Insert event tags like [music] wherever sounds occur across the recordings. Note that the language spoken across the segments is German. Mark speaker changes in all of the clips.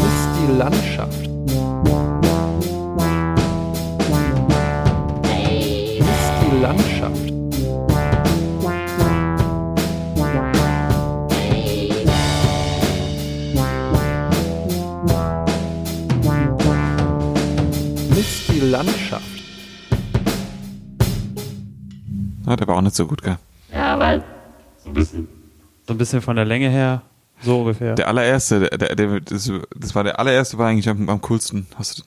Speaker 1: ist die Landschaft. Ist die Landschaft. Ist die Landschaft.
Speaker 2: Ah, der war auch nicht so gut, gell?
Speaker 3: So ein bisschen von der Länge her, so ungefähr.
Speaker 2: Der allererste, der, der, der, das, das war der allererste, war eigentlich am, am coolsten. Hast du,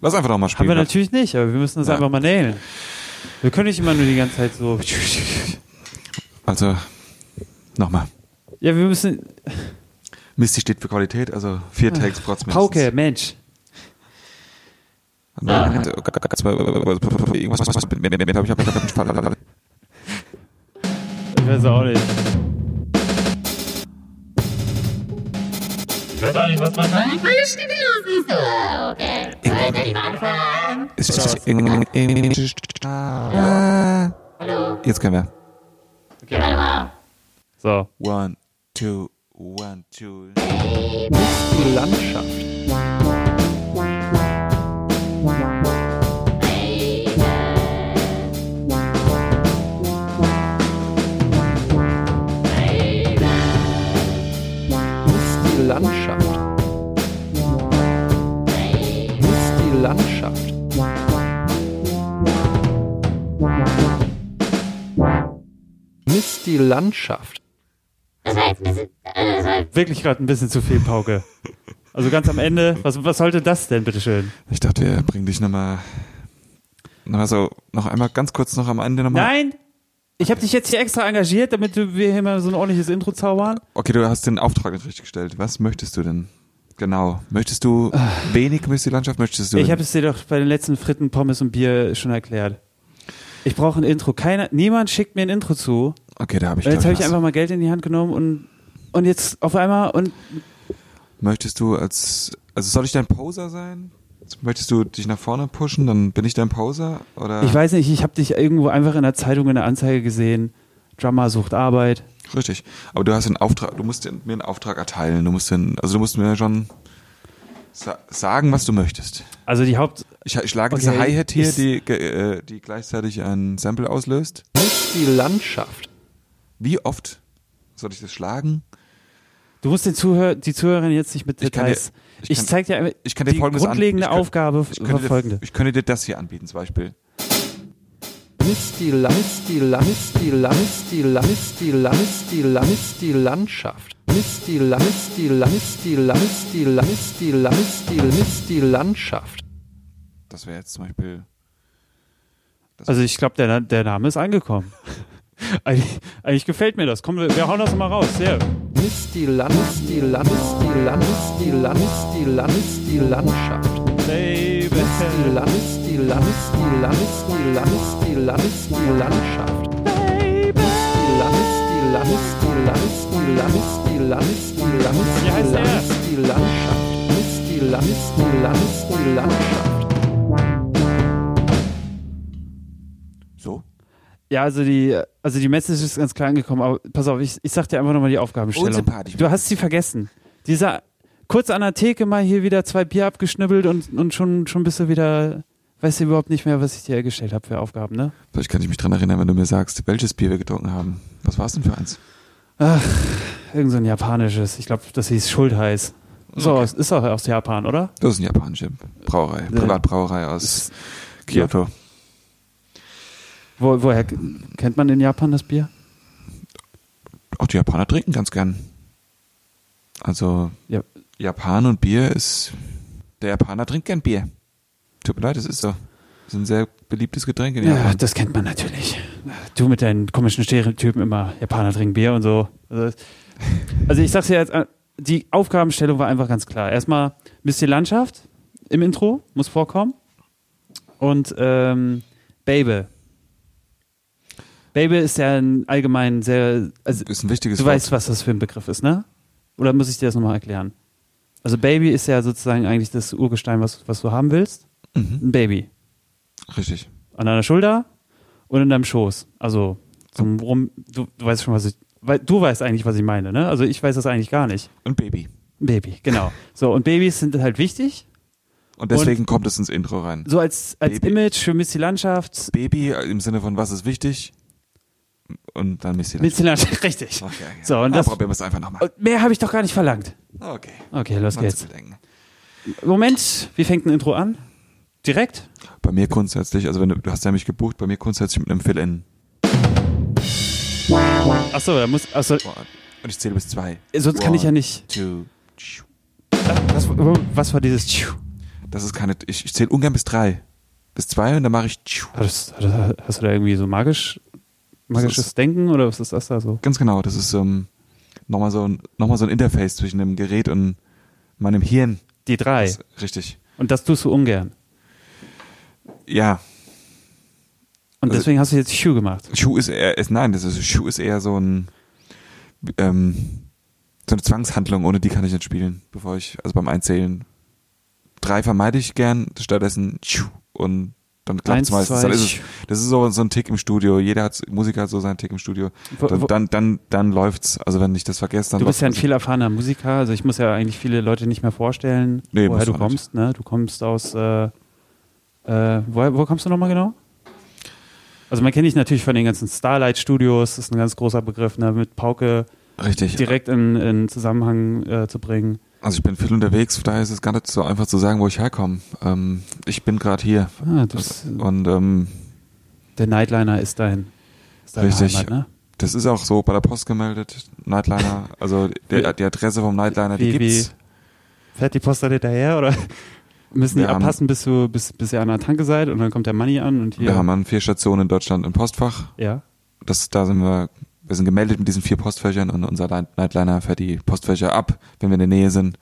Speaker 2: lass einfach noch mal
Speaker 3: Haben
Speaker 2: spielen. ne?
Speaker 3: wir natürlich nicht, aber wir müssen das
Speaker 2: Ja.
Speaker 3: einfach mal nähen. Wir können nicht immer nur die ganze Zeit so.
Speaker 2: also, nochmal.
Speaker 3: Ja, wir müssen.
Speaker 2: Misty steht für Qualität, also vier Takes trotz mindestens.
Speaker 3: Ah.
Speaker 2: Also,
Speaker 3: Pauke, Ah. Mensch.
Speaker 2: oh Irgendwas
Speaker 3: Ich weiß auch nicht.
Speaker 2: Jetzt können wir.
Speaker 3: So.
Speaker 2: One, two, one, two.
Speaker 1: Ist die Landschaft. Ist die Landschaft. Ist die Landschaft. Ist die Landschaft.
Speaker 3: Wirklich gerade ein bisschen zu viel Pauke. Also ganz am Ende, was, was sollte das denn, bitteschön?
Speaker 2: Ich dachte, wir bringen dich nochmal. Nochmal so, noch einmal ganz kurz noch am Ende nochmal.
Speaker 3: Nein! Ich habe dich jetzt hier extra engagiert, damit du- wir hier mal so ein ordentliches Intro zaubern.
Speaker 2: Okay, du hast den Auftrag nicht richtig gestellt. Was möchtest du denn? Genau. Möchtest du wenig Misty Landschaft? Möchtest du?
Speaker 3: Ich habe es dir doch bei den letzten Fritten, Pommes und Bier schon erklärt. Ich brauche ein Intro. Keiner, niemand schickt mir ein Intro zu.
Speaker 2: okay, da habe ich.
Speaker 3: Und jetzt
Speaker 2: glaub
Speaker 3: habe ich
Speaker 2: was.
Speaker 3: einfach mal Geld in die Hand genommen und, und jetzt auf einmal und
Speaker 2: Möchtest du als, also soll ich dein Poser sein? Möchtest du dich nach vorne pushen? Dann bin ich dein Poser oder?
Speaker 3: ich weiß nicht, ich habe dich irgendwo einfach in der Zeitung in der Anzeige gesehen. Drummer sucht Arbeit.
Speaker 2: Richtig. Aber du hast den Auftrag, du musst den- mir einen Auftrag erteilen. Du musst den, also du musst mir schon sa sagen, was du möchtest.
Speaker 3: Also die Haupt.
Speaker 2: Ich, ich schlage
Speaker 3: Okay,
Speaker 2: diese Hi-Hat hier,
Speaker 3: ist-
Speaker 2: die, ge- äh, die gleichzeitig ein Sample auslöst.
Speaker 1: Ist die Landschaft.
Speaker 2: Wie oft soll ich das schlagen?
Speaker 3: Du musst den Zuhör, die Zuhörerin jetzt nicht mit
Speaker 2: Ich kann dir-
Speaker 3: Details.
Speaker 2: ich
Speaker 3: Ich,
Speaker 2: kann-
Speaker 3: zeig dir einfach.
Speaker 2: ich kann dir
Speaker 3: die
Speaker 2: Folgendes an-
Speaker 3: grundlegende
Speaker 2: ich kann-
Speaker 3: Aufgabe
Speaker 2: Ich
Speaker 3: war
Speaker 2: könnte,
Speaker 3: folgende.
Speaker 2: dir, ich könnte dir das hier anbieten zum Beispiel.
Speaker 1: Ist die La- ist die La- ist die La- ist die La- ist die La- ist die La- ist die Landschaft. Ist die La- ist die La- ist die La- ist die La- ist die La- ist die La- ist die Landschaft.
Speaker 2: Das wäre jetzt zum Beispiel.
Speaker 3: Also ich glaube, der, Na- der Name ist angekommen.
Speaker 2: [laughs]
Speaker 3: eigentlich, eigentlich gefällt mir das. Komm, wir, wir hauen das mal raus. Sehr.
Speaker 1: Ist die La- ist die La- ist die La- ist die La- ist die La- ist die Landschaft.
Speaker 3: Baby.
Speaker 1: Ist die La- ist die La- ist die La- ist die La- ist die La- ist die Landschaft. Ist die La- ist die La- ist die La- ist die La- ist die La- ist die La- ist
Speaker 3: Wie heißt
Speaker 1: die La-
Speaker 3: der?
Speaker 1: ist die Landschaft. Ist die La- ist die La- ist die Landschaft.
Speaker 2: So?
Speaker 3: Ja, also die, also die Message ist ganz klar angekommen, aber pass auf, ich, ich sag dir einfach nochmal die Aufgabenstellung.
Speaker 2: Unsympathisch.
Speaker 3: Du hast sie vergessen. Dieser, kurz an der Theke mal hier wieder zwei Bier abgeschnibbelt und, und schon, schon bist du wieder, weißt du überhaupt nicht mehr, was ich dir gestellt habe für Aufgaben, ne?
Speaker 2: Vielleicht kann ich mich dran erinnern, wenn du mir sagst, welches Bier wir getrunken haben. Was war es denn für eins?
Speaker 3: Irgend so ein japanisches, ich glaube, das hieß Schuldheiß. So,
Speaker 2: Okay.
Speaker 3: es ist auch aus Japan, oder?
Speaker 2: Das ist eine japanische Brauerei, Privatbrauerei aus
Speaker 3: Ist-
Speaker 2: Kyoto.
Speaker 3: Wo, woher kennt man in Japan das Bier?
Speaker 2: Auch die Japaner trinken ganz gern. Also
Speaker 3: Ja.
Speaker 2: Japan und Bier ist. Der Japaner trinkt gern Bier. Tut mir leid, das ist so. Das ist ein sehr beliebtes Getränk in
Speaker 3: Ja,
Speaker 2: Japan.
Speaker 3: das kennt man natürlich. Du mit deinen komischen Stereotypen immer, Japaner trinken Bier und so. Also, also ich sag's dir jetzt, äh, die Aufgabenstellung war einfach ganz klar. Erstmal Mr. Landschaft im Intro, muss vorkommen. Und ähm, Babe. Babe ist ja ein allgemein sehr, also
Speaker 2: ist ein wichtiges
Speaker 3: du
Speaker 2: Wort.
Speaker 3: weißt, was das für ein Begriff ist, ne? Oder muss ich dir das nochmal erklären? Also Baby ist ja sozusagen eigentlich das Urgestein, was, was du haben willst.
Speaker 2: Mhm.
Speaker 3: Ein Baby.
Speaker 2: Richtig.
Speaker 3: An deiner Schulter und in deinem Schoß. Also zum Rum, du, du weißt schon, was ich, weil, du weißt eigentlich, was ich meine, ne? Also ich weiß das eigentlich gar nicht.
Speaker 2: Und Baby.
Speaker 3: Ein Baby, genau. So, und Babys sind halt wichtig.
Speaker 2: Und deswegen kommt es ins Intro rein.
Speaker 3: So als, als
Speaker 2: Baby.
Speaker 3: Image für Missy Landschaft.
Speaker 2: Baby äh, im Sinne von was ist wichtig und dann Missy.
Speaker 3: Missy Landschaft, [laughs] richtig.
Speaker 2: Okay, okay.
Speaker 3: So, und
Speaker 2: Ah,
Speaker 3: das-
Speaker 2: probieren wir es einfach nochmal.
Speaker 3: Und mehr habe ich doch gar nicht verlangt.
Speaker 2: Okay.
Speaker 3: Okay, los
Speaker 2: Mal
Speaker 3: geht's.
Speaker 2: zu bedenken.
Speaker 3: Moment, wie fängt ein Intro an? Direkt?
Speaker 2: Bei mir grundsätzlich, also wenn du, du hast ja mich gebucht, bei mir grundsätzlich mit einem Fill-In.
Speaker 3: Achso, da muss. Achso,
Speaker 2: Und ich zähle bis zwei.
Speaker 3: sonst kann ich ja nicht.
Speaker 2: Two.
Speaker 3: Was, was war dieses? Tschu?
Speaker 2: Das ist keine. Ich, ich zähle ungern bis drei. Bis zwei und dann mache ich. tschu.
Speaker 3: Hast, hast, hast du da irgendwie so magisch,
Speaker 2: Das
Speaker 3: magisches Denken oder was ist das da so?
Speaker 2: Ganz genau, das ist ähm, nochmal so ein nochmal so ein Interface zwischen dem Gerät und meinem Hirn.
Speaker 3: Die drei.
Speaker 2: Das, richtig.
Speaker 3: Und das tust du ungern.
Speaker 2: Ja.
Speaker 3: Und
Speaker 2: Also-
Speaker 3: deswegen hast du jetzt Tschu gemacht.
Speaker 2: Schuh ist eher, ist, nein, das ist, Schuh ist eher so ein, ähm, so eine Zwangshandlung, ohne die kann ich nicht spielen, bevor ich, also beim Einzählen. Drei vermeide ich gern, stattdessen Schuh und dann klappt's meistens. dann ist es,
Speaker 3: Tschu.
Speaker 2: das ist so, so ein Tick im Studio. Jeder hat, Musiker hat so seinen Tick im Studio.
Speaker 3: Wo-
Speaker 2: Dann,
Speaker 3: wo-
Speaker 2: dann, dann, dann läuft's. Also wenn ich das vergesse, dann
Speaker 3: Du bist ja ein
Speaker 2: läuft's.
Speaker 3: viel erfahrener Musiker, also ich muss ja eigentlich viele Leute nicht mehr vorstellen,
Speaker 2: Nee,
Speaker 3: woher
Speaker 2: muss
Speaker 3: du
Speaker 2: man nicht.
Speaker 3: kommst. Ne? Du kommst aus, äh, äh, woher, wo kommst du nochmal genau? Also man kennt dich natürlich von den ganzen Starlight Studios, das ist ein ganz großer Begriff, ne? mit Pauke
Speaker 2: Richtig.
Speaker 3: direkt in, in Zusammenhang äh, zu bringen.
Speaker 2: Also ich bin viel unterwegs, von daher ist es gar nicht so einfach zu sagen, wo ich herkomme. Ähm, ich bin gerade hier.
Speaker 3: Ah, du bist,
Speaker 2: Und ähm,
Speaker 3: der Nightliner ist dein, ist deine
Speaker 2: Richtig.
Speaker 3: Heimat, ne?
Speaker 2: Das ist auch so bei der Post gemeldet, Nightliner. Also der, die Adresse vom Nightliner, die
Speaker 3: Wie-
Speaker 2: gibt's.
Speaker 3: Fährt die Post da hinterher
Speaker 2: [laughs]
Speaker 3: oder müssen die
Speaker 2: Wir haben-
Speaker 3: abpassen, bis, du, bis, bis ihr an der Tanke seid und dann kommt der Money an und hier.
Speaker 2: Wir haben an vier Stationen in Deutschland ein Postfach.
Speaker 3: ja.
Speaker 2: Das, da sind wir, wir sind gemeldet mit diesen vier Postfächern und unser Li- Nightliner fährt die Postfächer ab, wenn wir in der Nähe sind.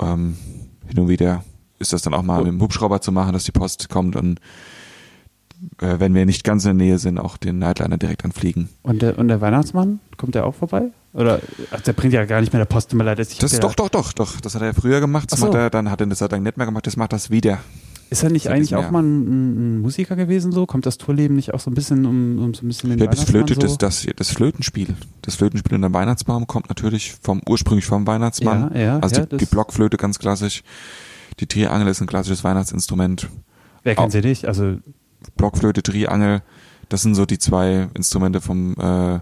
Speaker 2: Ähm, hin und wieder ist das dann auch mal
Speaker 3: Oh.
Speaker 2: mit dem Hubschrauber zu machen, dass die Post kommt und äh, wenn wir nicht ganz in der Nähe sind, auch den Nightliner direkt anfliegen.
Speaker 3: Und der, und der Weihnachtsmann, kommt der auch vorbei? Oder, ach, der bringt ja gar nicht mehr der Post, tut mir leid, dass ich
Speaker 2: Das
Speaker 3: der,
Speaker 2: doch, doch, doch, doch. Das hat er früher gemacht, das
Speaker 3: Ach so.
Speaker 2: macht er, dann hat er das hat er nicht mehr gemacht, das macht das wieder.
Speaker 3: Ist er nicht
Speaker 2: Seit
Speaker 3: eigentlich
Speaker 2: diesem
Speaker 3: auch
Speaker 2: Jahr.
Speaker 3: mal ein, ein Musiker gewesen so? Kommt das Tourleben nicht auch so ein bisschen um, um so ein bisschen den
Speaker 2: Ja, das
Speaker 3: Weihnachtsmann
Speaker 2: Flöte,
Speaker 3: so?
Speaker 2: das, das, das Flötenspiel. Das Flötenspiel in der Weihnachtsbaum kommt natürlich vom, ursprünglich vom Weihnachtsmann.
Speaker 3: Ja, ja,
Speaker 2: also
Speaker 3: ja,
Speaker 2: die,
Speaker 3: das-
Speaker 2: die Blockflöte ganz klassisch. Die Triangel ist ein klassisches Weihnachtsinstrument.
Speaker 3: Wer kennt sie nicht? Also,
Speaker 2: Blockflöte, Triangel, das sind so die zwei Instrumente vom, äh,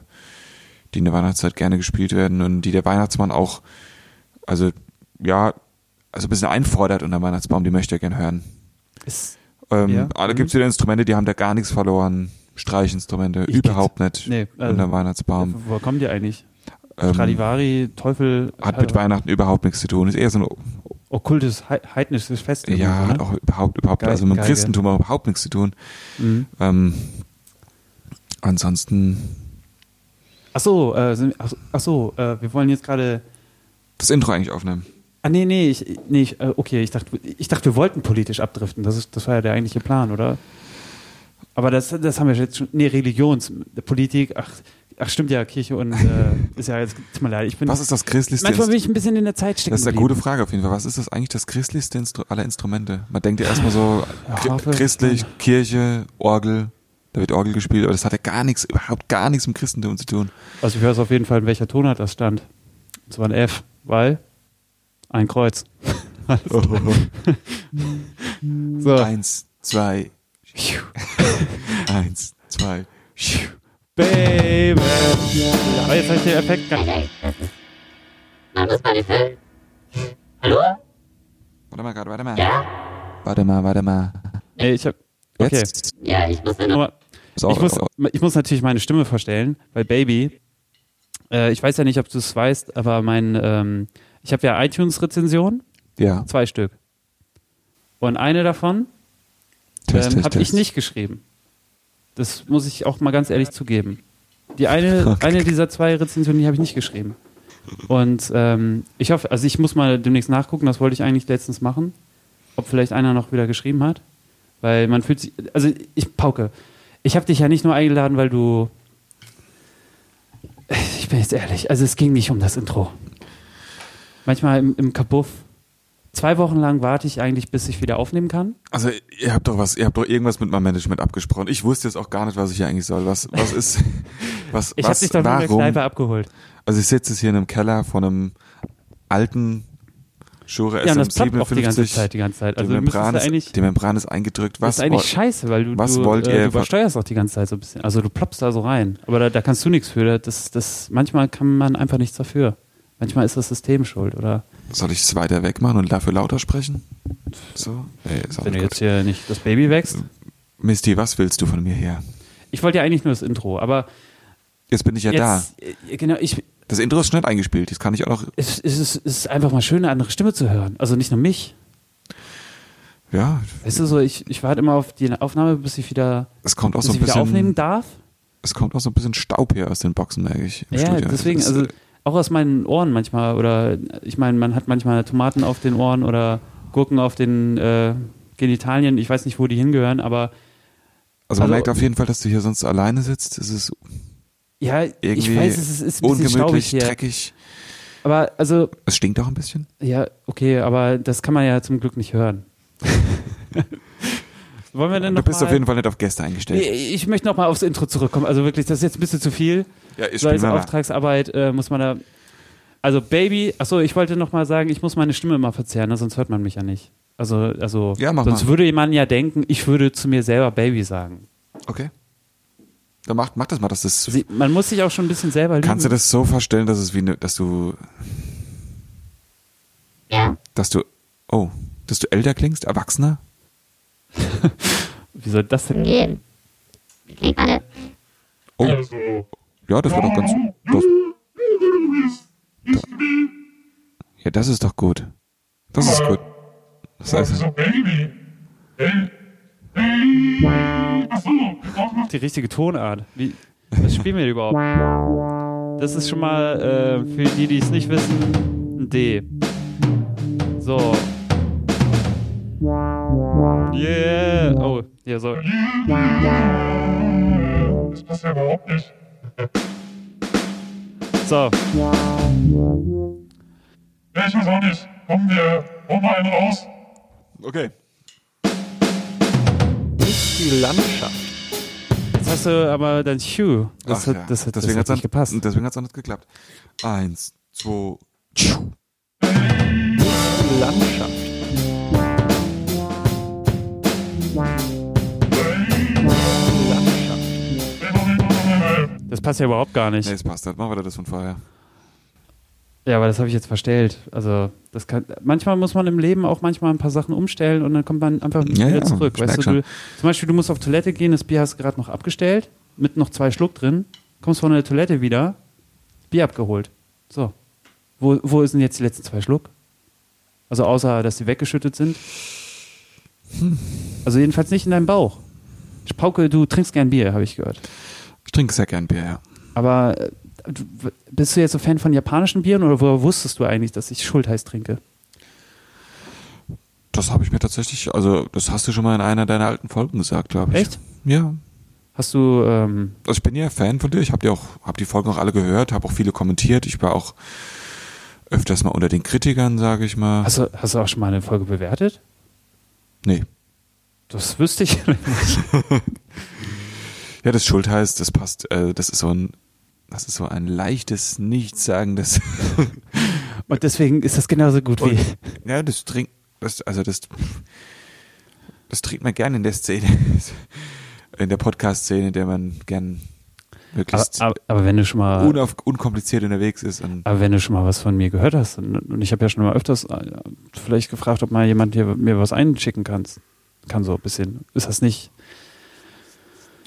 Speaker 2: die in der Weihnachtszeit gerne gespielt werden und die der Weihnachtsmann auch, also, ja, also ein bisschen einfordert unter Weihnachtsbaum, die möchte er gern hören.
Speaker 3: ist,
Speaker 2: Ähm,
Speaker 3: Ja,
Speaker 2: Aber da
Speaker 3: mhm.
Speaker 2: gibt's wieder Instrumente, die haben da gar nichts verloren. Streichinstrumente,
Speaker 3: Ich
Speaker 2: überhaupt nicht
Speaker 3: nee,
Speaker 2: unter
Speaker 3: also,
Speaker 2: dem Weihnachtsbaum.
Speaker 3: wo kommen die eigentlich?
Speaker 2: Ähm,
Speaker 3: Stradivari, Teufel,
Speaker 2: Hat mit
Speaker 3: äh,
Speaker 2: Weihnachten überhaupt nichts zu tun. Ist eher so ein,
Speaker 3: okkultes, hei- heidnisches Fest.
Speaker 2: ja,
Speaker 3: irgendwie,
Speaker 2: hat
Speaker 3: ne?
Speaker 2: auch überhaupt, überhaupt,
Speaker 3: Geil-
Speaker 2: also mit dem
Speaker 3: Geige.
Speaker 2: Christentum auch überhaupt nichts zu tun.
Speaker 3: Mhm.
Speaker 2: Ähm, ansonsten,
Speaker 3: Ach so, äh, sind, ach, ach so äh, wir wollen jetzt gerade.
Speaker 2: das Intro eigentlich aufnehmen.
Speaker 3: Ah, nee, nee, ich, nee ich, äh, okay, ich dachte, ich dachte, wir wollten politisch abdriften. Das, ist, das war ja der eigentliche Plan, oder? Aber das, das haben wir jetzt schon. Nee, Religionspolitik, ach, ach stimmt ja, Kirche und. Äh,
Speaker 2: [laughs]
Speaker 3: ist ja jetzt. Tut mir leid, ich bin.
Speaker 2: Was ist das christlichste
Speaker 3: manchmal bin
Speaker 2: Instrument?
Speaker 3: ich ein bisschen in der Zeit stecken.
Speaker 2: Das ist eine gute
Speaker 3: geblieben.
Speaker 2: Frage auf jeden Fall. Was ist das eigentlich das christlichste Instru aller Instrumente? Man denkt ja erstmal so,
Speaker 3: Ja,
Speaker 2: chri-
Speaker 3: Harfe.
Speaker 2: christlich, Kirche, Orgel, da wird Orgel gespielt, aber das hat ja gar nichts, überhaupt gar nichts mit dem Christentum zu
Speaker 3: [laughs]
Speaker 2: tun.
Speaker 3: Also, ich weiß auf jeden Fall, in welcher Tonart das stand. Das war ein F, weil. Ein Kreuz. So.
Speaker 2: Eins, zwei, [laughs] eins, zwei.
Speaker 3: Baby! Aber jetzt habe ich den Effekt. gar-
Speaker 4: Alles bei die Film? Hallo?
Speaker 2: Warte mal, gerade, warte mal. Warte mal, warte mal.
Speaker 3: Nee, ich hab. Okay.
Speaker 2: Jetzt.
Speaker 4: Ja, ich muss den
Speaker 3: Aber
Speaker 2: Ist auch-
Speaker 3: ich, muss,
Speaker 2: auch-
Speaker 3: ich muss natürlich meine Stimme verstellen, weil Baby, äh, ich weiß ja nicht, ob du es weißt, aber mein, ähm, ich habe ja iTunes-Rezension,
Speaker 2: Ja.
Speaker 3: zwei Stück. Und eine davon ähm, habe ich nicht geschrieben. Das muss ich auch mal ganz ehrlich zugeben. Die eine, eine dieser zwei Rezensionen, die habe ich nicht geschrieben. Und ähm, ich hoffe, also ich muss mal demnächst nachgucken, das wollte ich eigentlich letztens machen, ob vielleicht einer noch wieder geschrieben hat. Weil man fühlt sich, also ich pauke. Ich habe dich ja nicht nur eingeladen, weil du. Ich bin jetzt ehrlich, also es ging nicht um das Intro. manchmal im, im Kabuff. Zwei Wochen lang warte ich eigentlich, bis ich wieder aufnehmen kann.
Speaker 2: Also ihr habt doch was, ihr habt doch irgendwas mit meinem Management abgesprochen. Ich wusste jetzt auch gar nicht, was ich hier eigentlich soll. Was,
Speaker 3: [laughs]
Speaker 2: was ist, was,
Speaker 3: Ich habe
Speaker 2: was,
Speaker 3: dich dann von der Kneipe abgeholt.
Speaker 2: Also ich sitze jetzt hier in einem Keller von einem alten Shure
Speaker 3: Ja, und das ploppt auch die ganze
Speaker 2: SM57.
Speaker 3: Zeit, die ganze Zeit. Also
Speaker 2: die,
Speaker 3: du müsstest
Speaker 2: Membran
Speaker 3: da
Speaker 2: ist,
Speaker 3: eigentlich,
Speaker 2: die Membran ist eingedrückt.
Speaker 3: das
Speaker 2: Was oh,
Speaker 3: ist eigentlich
Speaker 2: woll-
Speaker 3: scheiße, weil du,
Speaker 2: was
Speaker 3: du,
Speaker 2: wollt
Speaker 3: äh,
Speaker 2: ihr
Speaker 3: du
Speaker 2: von-
Speaker 3: übersteuerst auch die ganze Zeit so ein bisschen. Also du ploppst da so rein. Aber da, da kannst du nichts für. Das, das, manchmal kann man einfach nichts dafür. Manchmal ist das System schuld, oder?
Speaker 2: soll ich es weiter wegmachen und dafür lauter sprechen? So? Nee, ist auch
Speaker 3: Wenn
Speaker 2: nicht
Speaker 3: du
Speaker 2: gut.
Speaker 3: jetzt hier nicht das Baby wächst.
Speaker 2: Misty, was willst du von mir her?
Speaker 3: Ich wollte ja eigentlich nur das Intro, aber
Speaker 2: Jetzt bin ich ja da.
Speaker 3: jetzt, äh, genau, ich,
Speaker 2: Das Intro ist schnell eingespielt. Jetzt kann ich auch noch,
Speaker 3: es, es, ist- es ist einfach mal schön, eine andere Stimme zu hören. Also nicht nur mich.
Speaker 2: ja,
Speaker 3: Weißt du so, ich, ich warte immer auf die Aufnahme, bis ich wieder,
Speaker 2: es kommt auch
Speaker 3: bis
Speaker 2: so ein
Speaker 3: ich wieder aufnehmen
Speaker 2: bisschen,
Speaker 3: darf.
Speaker 2: es kommt auch so ein bisschen Staub hier aus den Boxen, merke ich. im
Speaker 3: Ja,
Speaker 2: Studio.
Speaker 3: deswegen,
Speaker 2: Das ist,
Speaker 3: also
Speaker 2: äh,
Speaker 3: auch aus meinen Ohren manchmal. Oder ich meine, man hat manchmal Tomaten auf den Ohren oder Gurken auf den äh, Genitalien. Ich weiß nicht, wo die hingehören, aber
Speaker 2: also man
Speaker 3: also-
Speaker 2: merkt auf jeden Fall, dass du hier sonst alleine sitzt. Es ist
Speaker 3: ja,
Speaker 2: irgendwie
Speaker 3: ich weiß, es ist, ist ein bisschen staubig
Speaker 2: ungemütlich,
Speaker 3: hier.
Speaker 2: dreckig.
Speaker 3: Aber also,
Speaker 2: Es stinkt auch ein bisschen.
Speaker 3: ja, okay, aber das kann man ja zum Glück
Speaker 2: [laughs]
Speaker 3: nicht hören. Wollen wir denn
Speaker 2: Du
Speaker 3: noch
Speaker 2: bist
Speaker 3: mal
Speaker 2: auf jeden Fall nicht auf Gäste eingestellt.
Speaker 3: Nee, ich möchte nochmal aufs Intro zurückkommen. Also wirklich, das ist jetzt ein bisschen zu viel.
Speaker 2: Ja, ich
Speaker 3: So
Speaker 2: spiele
Speaker 3: als
Speaker 2: mal.
Speaker 3: Auftragsarbeit äh, muss man da. Also Baby, achso, ich wollte nochmal sagen, ich muss meine Stimme immer verzerren, ne? sonst hört man mich ja nicht. Also, also
Speaker 2: Ja, mach
Speaker 3: sonst
Speaker 2: mal.
Speaker 3: würde man ja denken, ich würde zu mir selber Baby sagen.
Speaker 2: Okay. Dann mach, mach das mal, dass das.
Speaker 3: Sie, man muss sich auch schon ein bisschen selber lügen.
Speaker 2: kannst du das so vorstellen, dass es wie ne, dass du,
Speaker 4: Ja.
Speaker 2: dass du, oh, dass du älter klingst, erwachsener?
Speaker 3: Wie soll das denn?
Speaker 4: Gehen. Klingt alle.
Speaker 2: Oh, ja, das war doch ganz. Das, da, ja, das ist doch gut. Das ist gut. Das heißt,
Speaker 3: Die richtige Tonart. Wie, was spielen wir denn überhaupt? Das ist schon mal, äh, für die, die es nicht wissen, ein D. So. Yeah. Oh, ja, so.
Speaker 5: Das passt ja überhaupt nicht.
Speaker 3: So.
Speaker 5: Ja, ich weiß auch nicht. Kommen wir, hol mal einen raus.
Speaker 2: okay.
Speaker 1: Ist die Landschaft?
Speaker 3: Jetzt hast du aber dein Shoe. Das
Speaker 2: Ach
Speaker 3: hat,
Speaker 2: ja,
Speaker 3: das hat,
Speaker 2: deswegen
Speaker 3: das hat
Speaker 2: hat's
Speaker 3: nicht gepasst.
Speaker 2: An, deswegen hat es auch nicht geklappt. Eins, zwei, tschu.
Speaker 1: Die Landschaft? Die Landschaft?
Speaker 3: Das passt ja überhaupt gar nicht.
Speaker 2: Nee, es passt nicht. Machen wir das von vorher.
Speaker 3: Ja, aber das habe ich jetzt verstellt. Also, das kann, manchmal muss man im Leben auch manchmal ein paar Sachen umstellen und dann kommt man einfach
Speaker 2: Ja,
Speaker 3: wieder
Speaker 2: ja,
Speaker 3: zurück.
Speaker 2: ich
Speaker 3: Weißt du,
Speaker 2: merk
Speaker 3: du, zum Beispiel, du musst auf Toilette gehen, das Bier hast du gerade noch abgestellt, mit noch zwei Schluck drin, kommst von der Toilette wieder, Bier abgeholt. So. Wo, wo sind jetzt die letzten zwei Schluck? Also, außer, dass die weggeschüttet sind.
Speaker 2: Hm.
Speaker 3: Also, jedenfalls nicht in deinem Bauch. Spauke, du trinkst gern Bier, habe ich gehört.
Speaker 2: Ich trinke sehr gern Bier, ja.
Speaker 3: Aber äh, du- w- bist du jetzt so Fan von japanischen Bieren oder woher wusstest du eigentlich, dass ich Schultheiß trinke?
Speaker 2: Das habe ich mir tatsächlich, also das hast du schon mal in einer deiner alten Folgen gesagt, glaube ich.
Speaker 3: Echt?
Speaker 2: Ja.
Speaker 3: Hast du, ähm,
Speaker 2: Also ich bin ja Fan von dir. Ich habe dir auch, habe die Folgen auch alle gehört, habe auch viele kommentiert. Ich war auch öfters mal unter den Kritikern, sage ich mal.
Speaker 3: hast, du, hast du auch schon mal eine Folge bewertet?
Speaker 2: nee.
Speaker 3: Das wüsste ich.
Speaker 2: Ja, das Schuld heißt, das passt, äh, das ist so ein, das ist so ein leichtes Nichtsagendes.
Speaker 3: [laughs]
Speaker 2: [laughs]
Speaker 3: Und deswegen ist das genauso gut wie.
Speaker 2: ja, das trinkt, das, also das, das trinkt man gerne in der Szene, [laughs] in der Podcast-Szene, in der man gern
Speaker 3: Aber,
Speaker 2: möglichst
Speaker 3: aber, aber wenn du schon mal.
Speaker 2: unauf, unkompliziert unterwegs ist und
Speaker 3: Aber wenn du schon mal was von mir gehört hast, und, und ich habe ja schon mal öfters äh, vielleicht gefragt, ob mal jemand hier mir was einschicken kannst. Kann so ein bisschen. Ist das nicht?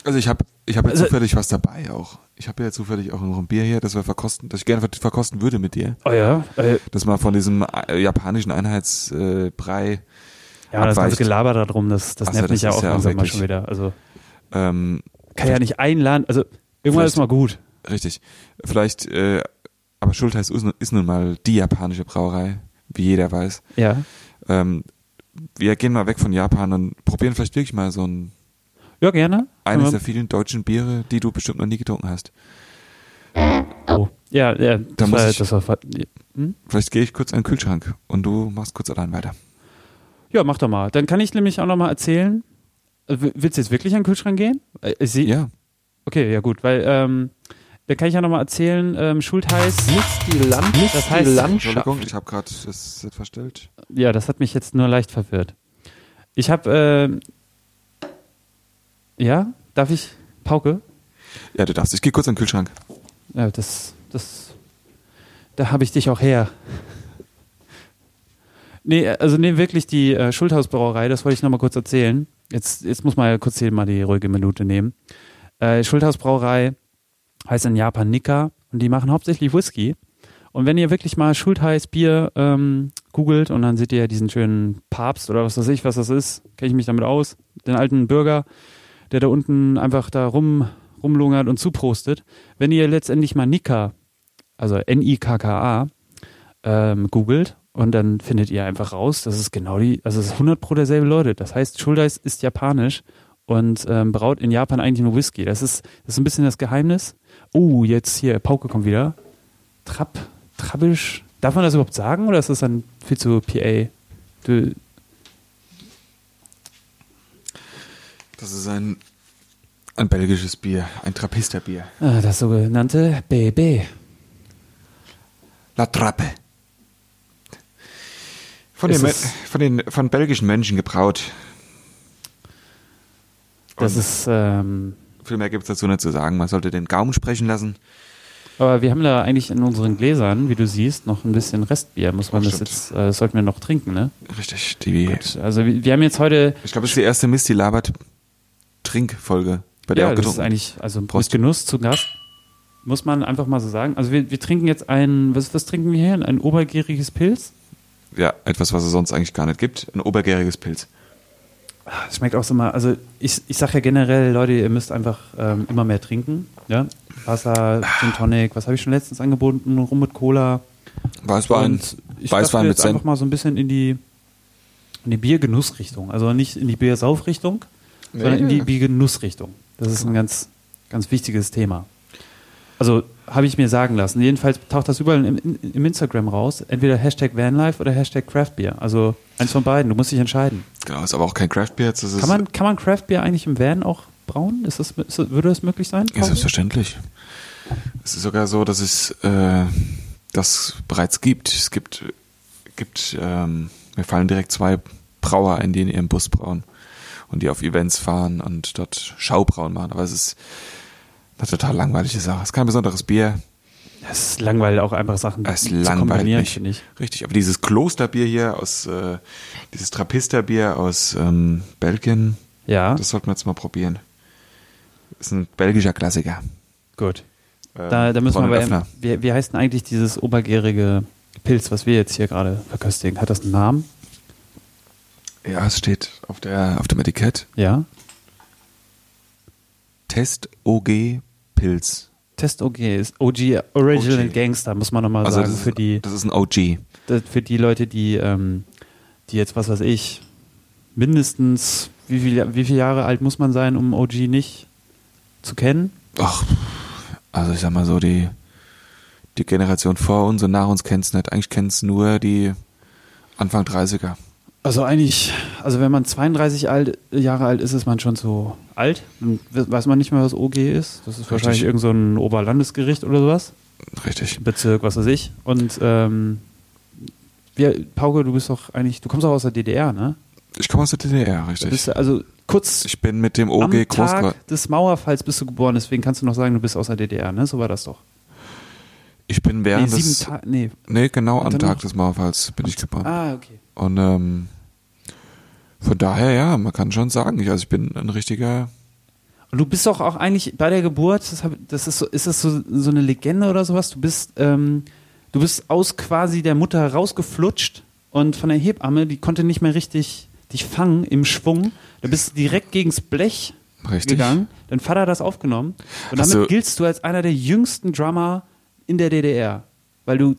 Speaker 2: Also ich habe ich hab ja
Speaker 3: Also-
Speaker 2: zufällig was dabei auch. Ich habe ja zufällig auch noch ein Bier hier, das wir verkosten, das ich gerne ver- verkosten würde mit dir.
Speaker 3: Oh ja. Äh,
Speaker 2: Das mal von diesem äh, japanischen Einheitsbrei. Äh, Brei,
Speaker 3: ja, das ganze
Speaker 2: Abweicht.
Speaker 3: Gelaber da drum, das, Also das
Speaker 2: Ach so,
Speaker 3: nervt
Speaker 2: das
Speaker 3: mich ja
Speaker 2: ist
Speaker 3: auch
Speaker 2: ja auch
Speaker 3: langsam mal
Speaker 2: wirklich-
Speaker 3: schon wieder. Also
Speaker 2: ähm,
Speaker 3: kann ja nicht einladen. Also irgendwann ist
Speaker 2: Vielleicht-
Speaker 3: mal gut.
Speaker 2: richtig. Vielleicht, äh, aber Schultheiß ist, nun- ist nun mal die japanische Brauerei, wie jeder weiß.
Speaker 3: Ja.
Speaker 2: Ähm, wir gehen mal weg von Japan und probieren vielleicht wirklich mal so ein,
Speaker 3: Ja, gerne.
Speaker 2: eines
Speaker 3: Aber-
Speaker 2: der vielen deutschen Biere, die du bestimmt noch nie getrunken hast.
Speaker 3: Oh. Ja, ja. das
Speaker 2: muss
Speaker 3: war,
Speaker 2: ich-
Speaker 3: das war, hm?
Speaker 2: Vielleicht gehe ich kurz in den Kühlschrank und du machst kurz allein weiter.
Speaker 3: Ja, mach doch mal. Dann kann ich nämlich auch noch mal erzählen. Äh, w- Willst du jetzt wirklich an den Kühlschrank gehen? Äh, Ich seh,
Speaker 2: Ja.
Speaker 3: Okay, ja gut, weil ähm, dann kann ich ja noch mal erzählen, ähm, Schultheiß,
Speaker 1: Misst die, Land misst
Speaker 3: Das heißt-
Speaker 1: die Landschaft.
Speaker 2: Entschuldigung, ich habe gerade das Set verstellt.
Speaker 3: ja, das hat mich jetzt nur leicht verwirrt. Ich habe, äh, ja, darf ich, Pauke?
Speaker 2: Ja, du darfst. Ich gehe kurz in den Kühlschrank.
Speaker 3: Ja, das, das, da habe ich dich auch her. Nee, also nee, wirklich die äh, Schulthausbrauerei, das wollte ich nochmal kurz erzählen. Jetzt, jetzt muss man ja kurz hier mal die ruhige Minute nehmen. Äh, Schulthausbrauerei heißt in Japan Nika und die machen hauptsächlich Whisky. Und wenn ihr wirklich mal Schultheiß Bier ähm, googelt und dann seht ihr ja diesen schönen Papst oder was weiß ich, was das ist, kenne ich mich damit aus, den alten Bürger, der da unten einfach da rum, rumlungert und zuprostet wenn ihr letztendlich mal Nika, also N-I-K-K-A, ähm, googelt und dann findet ihr einfach raus, das ist genau die, also es ist 100 pro derselbe Leute. Das heißt, Schuldeis ist japanisch und ähm, braut in Japan eigentlich nur Whisky. Das ist, das ist ein bisschen das Geheimnis. Oh, jetzt hier, Pauke kommt wieder. Trapp, Trappisch. Darf man das überhaupt sagen oder ist das dann viel zu PA? Du,
Speaker 2: Das ist ein, ein belgisches Bier, ein Trappisterbier.
Speaker 3: ah, das sogenannte BB.
Speaker 2: La Trappe. Von
Speaker 3: Es
Speaker 2: den, Me-
Speaker 3: ist-
Speaker 2: von den von belgischen Menschen gebraut.
Speaker 3: Das
Speaker 2: Und-
Speaker 3: ist, ähm,
Speaker 2: Viel mehr gibt es dazu nicht zu sagen. Man sollte den Gaumen sprechen lassen.
Speaker 3: Aber wir haben da eigentlich in unseren Gläsern, wie du siehst, noch ein bisschen Restbier. Muss man
Speaker 2: Oh,
Speaker 3: das
Speaker 2: stimmt.
Speaker 3: jetzt, äh, das sollten wir noch trinken, ne?
Speaker 2: Richtig, die.
Speaker 3: Also wir, wir haben jetzt heute,
Speaker 2: Ich glaube, das ist die erste Mist, die labert Trinkfolge, bei der auch
Speaker 3: ja, das ist
Speaker 2: getrunken.
Speaker 3: eigentlich, also
Speaker 2: Prost.
Speaker 3: mit Genuss zu Gast, muss man einfach mal so sagen. Also wir, wir trinken jetzt ein, was, was trinken wir hier? Ein obergieriges Pilz?
Speaker 2: Ja, etwas, was es sonst eigentlich gar nicht gibt. Ein obergäriges Pilz.
Speaker 3: Das schmeckt auch so mal, also ich, ich sag ja generell, Leute, ihr müsst einfach ähm, immer mehr trinken, ja? Wasser, Gin Tonic, was habe ich schon letztens angeboten? Rum mit Cola.
Speaker 2: Weißwein,
Speaker 3: Und ich dachte
Speaker 2: Weißwein mit
Speaker 3: jetzt einfach
Speaker 2: Senf.
Speaker 3: mal so ein bisschen in die, in die Biergenussrichtung. Also nicht in die Biersaufrichtung, sondern in die Biergenussrichtung. Das ist ein ganz, ganz wichtiges Thema. Also habe ich mir sagen lassen. Jedenfalls taucht das überall im, in- im Instagram raus. Entweder Hashtag Vanlife oder Hashtag Craftbeer. Also eins von beiden. Du musst dich entscheiden.
Speaker 2: Genau, ist aber auch kein Craftbeer. Das ist
Speaker 3: Kann man, kann man Craftbeer eigentlich im Van auch brauen? Ist das, ist, das- würde das möglich sein?
Speaker 2: Ja, selbstverständlich. Es ist sogar so, dass es äh, das bereits gibt. Es gibt, gibt ähm, mir fallen direkt zwei Brauer ein, die in ihrem Bus brauen und die auf Events fahren und dort Schaubrauen machen. Aber es ist eine total langweilige Sache. Es ist kein besonderes Bier.
Speaker 3: Das ist langweilig, auch einfach Sachen
Speaker 2: Es
Speaker 3: zu
Speaker 2: langweilt
Speaker 3: kombinieren,
Speaker 2: mich.
Speaker 3: finde ich.
Speaker 2: Richtig. Aber dieses Klosterbier hier aus, äh, dieses Trappisterbier aus ähm, Belgien,
Speaker 3: Ja,
Speaker 2: das sollten wir jetzt mal probieren. Ist ein belgischer Klassiker.
Speaker 3: gut.
Speaker 2: Ähm,
Speaker 3: Da, da müssen wir
Speaker 2: Ronald
Speaker 3: aber,
Speaker 2: Öffner.
Speaker 3: wie, wie heißt denn eigentlich dieses obergärige Pilz, was wir jetzt hier gerade verköstigen? Hat das einen Namen?
Speaker 2: Ja, es steht auf, der, auf dem Etikett.
Speaker 3: Ja.
Speaker 2: Test OG Pilz.
Speaker 3: Test OG ist OG Original
Speaker 2: OG.
Speaker 3: Gangster, muss man nochmal sagen,
Speaker 2: Also das ist,
Speaker 3: Also für die,
Speaker 2: das ist ein OG.
Speaker 3: das- für die Leute, die, ähm, die jetzt, was weiß ich, mindestens, wie viel, wie viele Jahre alt muss man sein, um OG nicht zu kennen?
Speaker 2: Ach, also ich sag mal so, die, die Generation vor uns und nach uns kennt's nicht. Eigentlich kennt's nur die Anfang 30er.
Speaker 3: Also eigentlich, also wenn man 32 alt, Jahre alt ist, ist man schon so alt. Dann we- weiß man nicht mehr, was OG ist. Das ist wahrscheinlich irgend so ein Oberlandesgericht oder sowas.
Speaker 2: Richtig.
Speaker 3: Bezirk, was weiß ich. Und ähm, wir, Pauke, du bist doch eigentlich, du kommst auch aus der DDR, ne?
Speaker 2: Ich komme aus der DDR,
Speaker 3: Du bist
Speaker 2: richtig.
Speaker 3: ja also kurz
Speaker 2: Ich bin mit dem
Speaker 3: am
Speaker 2: OG groß geworden.
Speaker 3: Tag des Mauerfalls bist du geboren, deswegen kannst du noch sagen, du bist aus der DDR, ne? So war das doch.
Speaker 2: Ich bin während
Speaker 3: nee, sieben
Speaker 2: des.
Speaker 3: Tage, nee.
Speaker 2: Nee, genau am
Speaker 3: Warte
Speaker 2: Tag
Speaker 3: noch.
Speaker 2: des Mauerfalls bin ich geboren.
Speaker 3: Ah, okay.
Speaker 2: Und ähm, von daher, ja, man kann schon sagen, ich, also ich bin ein richtiger
Speaker 3: Und du bist doch auch eigentlich bei der Geburt, das, hab, das ist, so, ist das so, so eine Legende oder sowas? Du bist, ähm, du bist aus quasi der Mutter rausgeflutscht und von der Hebamme, die konnte nicht mehr richtig dich fangen im Schwung. Du bist direkt gegens Blech
Speaker 2: Richtig.
Speaker 3: gegangen. Dein Vater hat das aufgenommen. Und damit
Speaker 2: Also-
Speaker 3: giltst du als einer der jüngsten Drummer in der DDR. Weil du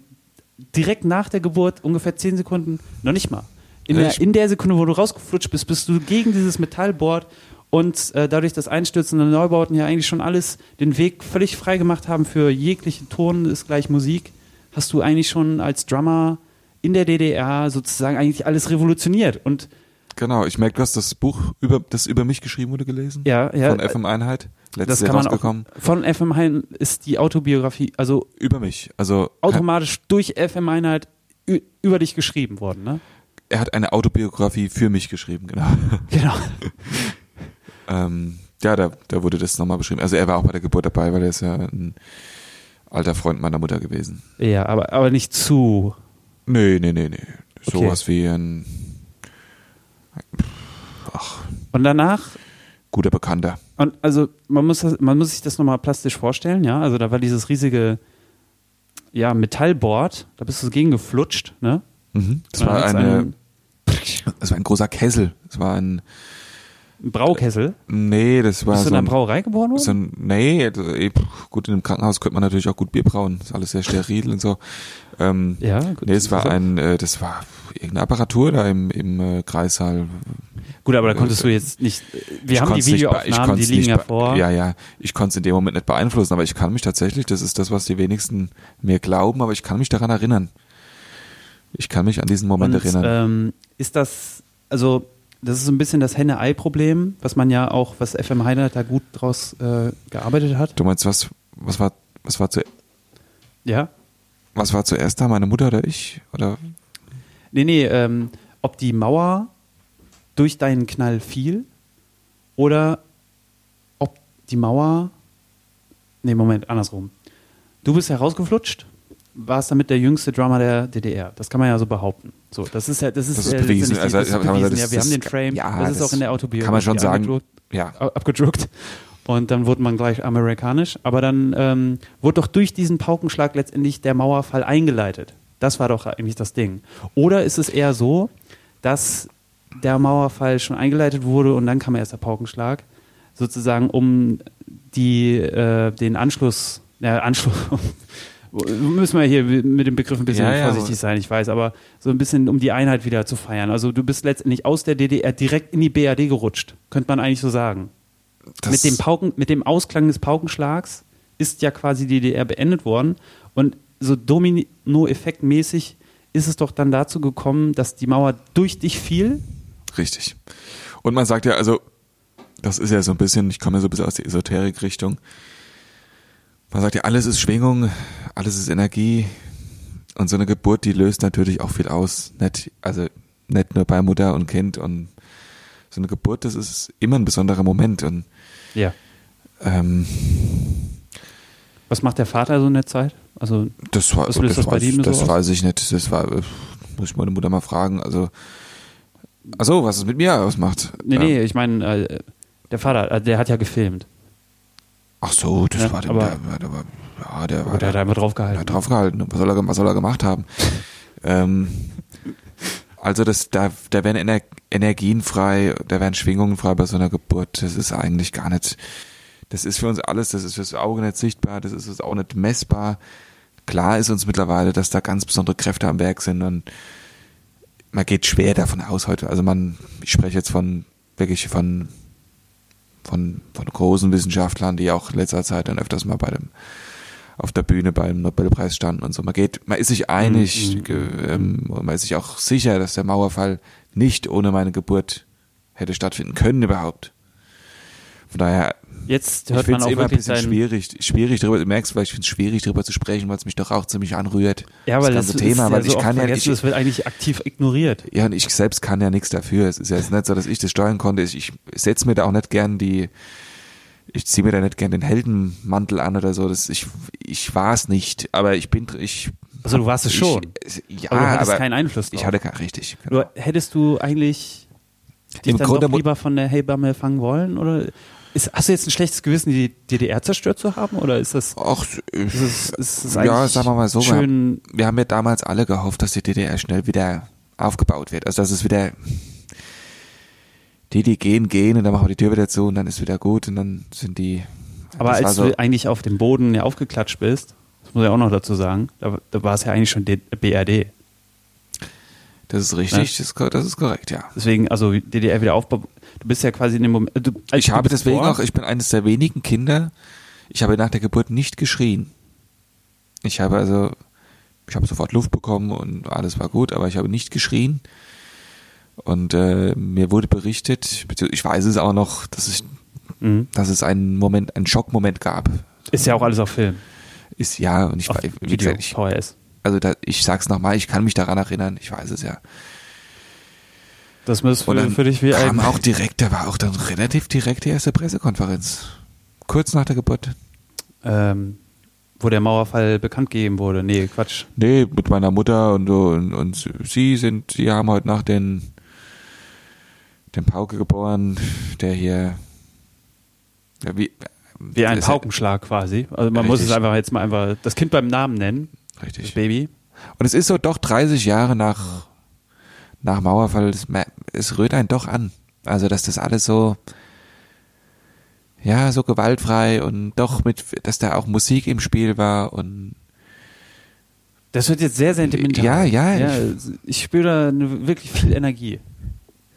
Speaker 3: direkt nach der Geburt ungefähr zehn Sekunden, noch nicht mal, in,
Speaker 2: Ja,
Speaker 3: der,
Speaker 2: ich-
Speaker 3: in der Sekunde, wo du rausgeflutscht bist, bist du gegen dieses Metallboard Und äh, dadurch, dass einstürzende Neubauten ja eigentlich schon alles den Weg völlig frei gemacht haben für jegliche Ton ist gleich Musik, hast du eigentlich schon als Drummer in der DDR sozusagen eigentlich alles revolutioniert. Und
Speaker 2: Genau, ich merke, du hast das Buch, über, das über mich geschrieben wurde, gelesen.
Speaker 3: ja, ja, äh,
Speaker 2: Von FM Einheit. Letztes Jahr
Speaker 3: das kann man auch.
Speaker 2: rausgekommen.
Speaker 3: Von FM Hein ist die Autobiografie, also
Speaker 2: Über mich. Also kein-
Speaker 3: automatisch durch FM Einheit halt ü- über dich geschrieben worden, ne?
Speaker 2: er hat eine Autobiografie für mich geschrieben, genau. [laughs]
Speaker 3: Genau.
Speaker 2: ähm, ja, da, da wurde das nochmal beschrieben. Also er war auch bei der Geburt dabei, weil er ist ja ein alter Freund meiner Mutter gewesen.
Speaker 3: Ja, aber, aber nicht zu.
Speaker 2: Nee, nee, nee, nee.
Speaker 3: Okay.
Speaker 2: Sowas wie ein
Speaker 3: Und danach,
Speaker 2: guter Bekannter.
Speaker 3: und also man muss, das, man muss sich das nochmal plastisch vorstellen, ja. Also da war dieses riesige ja, Metallboard, da bist du gegen geflutscht, ne?
Speaker 2: Das
Speaker 3: Und dann
Speaker 2: war
Speaker 3: hat's
Speaker 2: eine,
Speaker 3: einen
Speaker 2: [laughs] das war ein großer Kessel. Das war ein,
Speaker 3: Braukessel.
Speaker 2: nee, das war
Speaker 3: Bist du
Speaker 2: so
Speaker 3: in einer
Speaker 2: ein,
Speaker 3: Brauerei geboren worden?
Speaker 2: so ein, nee, eh, pff, gut, in einem Krankenhaus könnte man natürlich auch gut Bier brauen. Ist alles sehr steril und so. Ähm,
Speaker 3: ja, also gut.
Speaker 2: Nee, es war ein, äh, das war irgendeine Apparatur da im, im äh, Kreissaal.
Speaker 3: Gut, aber da konntest du jetzt nicht. Wir
Speaker 2: Äh, Ich
Speaker 3: haben die
Speaker 2: konnt's nicht be- ich
Speaker 3: Videoaufnahmen, die
Speaker 2: konnt's
Speaker 3: liegen
Speaker 2: nicht
Speaker 3: ja
Speaker 2: be-
Speaker 3: vor.
Speaker 2: Ja, ja. Ich konnte es in dem Moment nicht beeinflussen, aber ich kann mich tatsächlich, das ist das, was die wenigsten mir glauben, aber ich kann mich daran erinnern. Ich kann mich an diesen Moment
Speaker 3: Und,
Speaker 2: erinnern.
Speaker 3: Ähm, ist das, also das ist so ein bisschen das Henne-Ei-Problem, was man ja auch, was FM Heinert da gut draus äh, gearbeitet hat.
Speaker 2: du meinst, was, was war, was war zu,
Speaker 3: Ja.
Speaker 2: was war zuerst da, meine Mutter oder ich? Oder
Speaker 3: Nee, nee, ähm, ob die Mauer durch deinen Knall fiel oder ob die Mauer. Nee, Moment, andersrum. Du bist herausgeflutscht, warst damit der jüngste Drummer der DDR. Das kann man ja so behaupten. So, das ist ja, das ist,
Speaker 2: Das ist
Speaker 3: ja
Speaker 2: bewiesen.
Speaker 3: letztendlich die-
Speaker 2: Also,
Speaker 3: das ist
Speaker 2: ich hab- aber
Speaker 3: bewiesen.
Speaker 2: das-
Speaker 3: ja, wir
Speaker 2: das-
Speaker 3: haben den Frame.
Speaker 2: ja,
Speaker 3: das, ist
Speaker 2: das
Speaker 3: auch in der Autobiografie.
Speaker 2: kann man schon sagen.
Speaker 3: angedruckt.
Speaker 2: ja.
Speaker 3: Äh, abgedruckt. Und dann wurde man gleich amerikanisch. Aber dann ähm, wurde doch durch diesen Paukenschlag letztendlich der Mauerfall eingeleitet. Das war doch eigentlich das Ding. Oder ist es eher so, dass der Mauerfall schon eingeleitet wurde und dann kam erst der Paukenschlag, sozusagen um die, äh, den Anschluss, ja, Anschluss, [laughs] müssen wir hier mit dem Begriff ein bisschen
Speaker 2: Ja, ja,
Speaker 3: vorsichtig
Speaker 2: aber-
Speaker 3: sein, ich weiß, aber so ein bisschen um die Einheit wieder zu feiern. Also du bist letztendlich aus der DDR direkt in die BRD gerutscht, könnte man eigentlich so sagen
Speaker 2: Das,
Speaker 3: mit, dem Pauken, mit dem Ausklang des Paukenschlags ist ja quasi die DDR beendet worden. Und so Domino-Effekt-mäßig ist es doch dann dazu gekommen, dass die Mauer durch dich fiel.
Speaker 2: Richtig. Und man sagt ja, also, das ist ja so ein bisschen, ich komme ja so ein bisschen aus der Esoterik-Richtung. Man sagt ja, alles ist Schwingung, alles ist Energie. Und so eine Geburt, die löst natürlich auch viel aus. Nicht, also nicht nur bei Mutter und Kind. Und so eine Geburt, das ist immer ein besonderer Moment. Und
Speaker 3: Ja.
Speaker 2: ähm,
Speaker 3: Was macht der Vater so in der Zeit? Also,
Speaker 2: das war,
Speaker 3: Was löst das bei
Speaker 2: weiß,
Speaker 3: dir so
Speaker 2: das
Speaker 3: aus?
Speaker 2: weiß ich nicht. Das war, äh, muss ich meine Mutter mal fragen. Also, also was es mit mir ausmacht.
Speaker 3: nee,
Speaker 2: Ähm,
Speaker 3: nee, ich meine, äh, der Vater, äh, der hat ja gefilmt.
Speaker 2: Ach so, das
Speaker 3: Ja,
Speaker 2: war der,
Speaker 3: aber-
Speaker 2: der, der, war- ja, der war
Speaker 3: Gut, der hat einfach draufgehalten.
Speaker 2: hat draufgehalten. Was soll er, was soll er gemacht haben? ähm, also das, da, da werden Ener Energien frei, da werden Schwingungen frei bei so einer Geburt. Das ist eigentlich gar nicht. Das ist für uns alles. Das ist fürs Auge nicht sichtbar. Das ist uns auch nicht messbar. Klar ist uns mittlerweile, dass da ganz besondere Kräfte am Werk sind und man geht schwer davon aus heute. Also man, ich spreche jetzt von wirklich von von, von großen Wissenschaftlern, die auch in letzter Zeit dann öfters mal bei dem auf der Bühne beim Nobelpreis standen und so. Man geht, man ist sich
Speaker 3: Mhm,
Speaker 2: einig, ge- ähm, und man ist sich auch sicher, dass der Mauerfall nicht ohne meine Geburt hätte stattfinden können überhaupt. Von daher
Speaker 3: Jetzt
Speaker 2: ich
Speaker 3: hört
Speaker 2: finde
Speaker 3: man
Speaker 2: es
Speaker 3: auch
Speaker 2: immer ein
Speaker 3: wirklich
Speaker 2: bisschen
Speaker 3: seinen.
Speaker 2: schwierig, schwierig darüber, du merkst vielleicht, ich finde es schwierig darüber zu sprechen, weil es mich doch auch ziemlich anrührt.
Speaker 3: Ja, weil das,
Speaker 2: ganze Thema,
Speaker 3: ist
Speaker 2: weil
Speaker 3: ja so
Speaker 2: ich
Speaker 3: oft
Speaker 2: kann ja
Speaker 3: vergessen,
Speaker 2: nicht,
Speaker 3: das wird eigentlich aktiv ignoriert.
Speaker 2: ja, und ich selbst kann ja nichts dafür. Es ist ja jetzt nicht so, dass ich das steuern konnte. Ich, ich setze mir da auch nicht gern die, ich ziehe mir da nicht gern den Heldenmantel an oder so. Das, ich, ich war es nicht, aber ich bin, dr- ich,
Speaker 3: Also du warst es schon.
Speaker 2: ich, ja,
Speaker 3: aber du hattest
Speaker 2: aber
Speaker 3: keinen Einfluss drauf.
Speaker 2: ich hatte gar richtig.
Speaker 3: Du,
Speaker 2: Genau.
Speaker 3: hättest du eigentlich dich
Speaker 2: Im
Speaker 3: dann
Speaker 2: Grunde
Speaker 3: doch
Speaker 2: mu-
Speaker 3: lieber von der Hebamme fangen wollen? Oder ist, hast du jetzt ein schlechtes Gewissen, die DDR zerstört zu haben? Oder ist das,
Speaker 2: Ach, ich,
Speaker 3: ist das, ist das eigentlich
Speaker 2: ja, sagen wir mal so, wir
Speaker 3: schön?
Speaker 2: haben, wir haben ja damals alle gehofft, dass die DDR schnell wieder aufgebaut wird. Also dass es wieder die, die gehen, gehen und dann machen wir die Tür wieder zu und dann ist wieder gut und dann sind die.
Speaker 3: Aber
Speaker 2: das also- war
Speaker 3: als
Speaker 2: so-
Speaker 3: du eigentlich auf dem Boden ja aufgeklatscht bist, das muss ich auch noch dazu sagen, da, da war es ja eigentlich schon D BRD.
Speaker 2: Das ist
Speaker 3: Ne?
Speaker 2: richtig, das, ist kor- das ist korrekt, ja.
Speaker 3: Deswegen, also DDR wieder aufbau. Du bist ja quasi in dem Moment. Du,
Speaker 2: Ich habe deswegen
Speaker 3: Boah.
Speaker 2: auch, ich bin eines der wenigen Kinder, ich habe nach der Geburt nicht geschrien. Ich habe also, ich habe sofort Luft bekommen und alles war gut, aber ich habe nicht geschrien. Und äh, mir wurde berichtet, bezieh- ich weiß es auch noch, dass, ich,
Speaker 3: Mhm.
Speaker 2: dass es einen Moment, einen Schockmoment gab.
Speaker 3: Ist ja auch alles auf Film.
Speaker 2: Ist ja, und ich,
Speaker 3: Auf
Speaker 2: war- wie
Speaker 3: Video,
Speaker 2: gesagt, ich
Speaker 3: VHS.
Speaker 2: also da, ich sag's nochmal, ich kann mich daran erinnern, ich weiß es ja.
Speaker 3: Das muss für,
Speaker 2: Und dann
Speaker 3: für dich wie
Speaker 2: kam
Speaker 3: ein.
Speaker 2: auch direkt, da war auch dann relativ direkt die erste Pressekonferenz. Kurz nach der Geburt.
Speaker 3: Ähm, wo der Mauerfall bekannt gegeben wurde. Nee, Quatsch.
Speaker 2: Nee, mit meiner Mutter und so und, und sie sind, sie haben heute Nacht den, den Pauke geboren, der hier ja, wie,
Speaker 3: Wie ein
Speaker 2: ist
Speaker 3: Paukenschlag quasi. Also man muss es
Speaker 2: Richtig.
Speaker 3: einfach jetzt mal einfach das Kind beim Namen nennen,
Speaker 2: Ja,
Speaker 3: das
Speaker 2: richtig.
Speaker 3: Baby.
Speaker 2: Und es ist so doch 30 Jahre nach, nach Mauerfall, es, mer- es rührt einen doch an. Also, dass das alles so, ja, so gewaltfrei und doch mit, dass da auch Musik im Spiel war und
Speaker 3: Das wird jetzt sehr sentimental.
Speaker 2: Ja, ja,
Speaker 3: Ich, ich spüre da eine, wirklich viel Energie,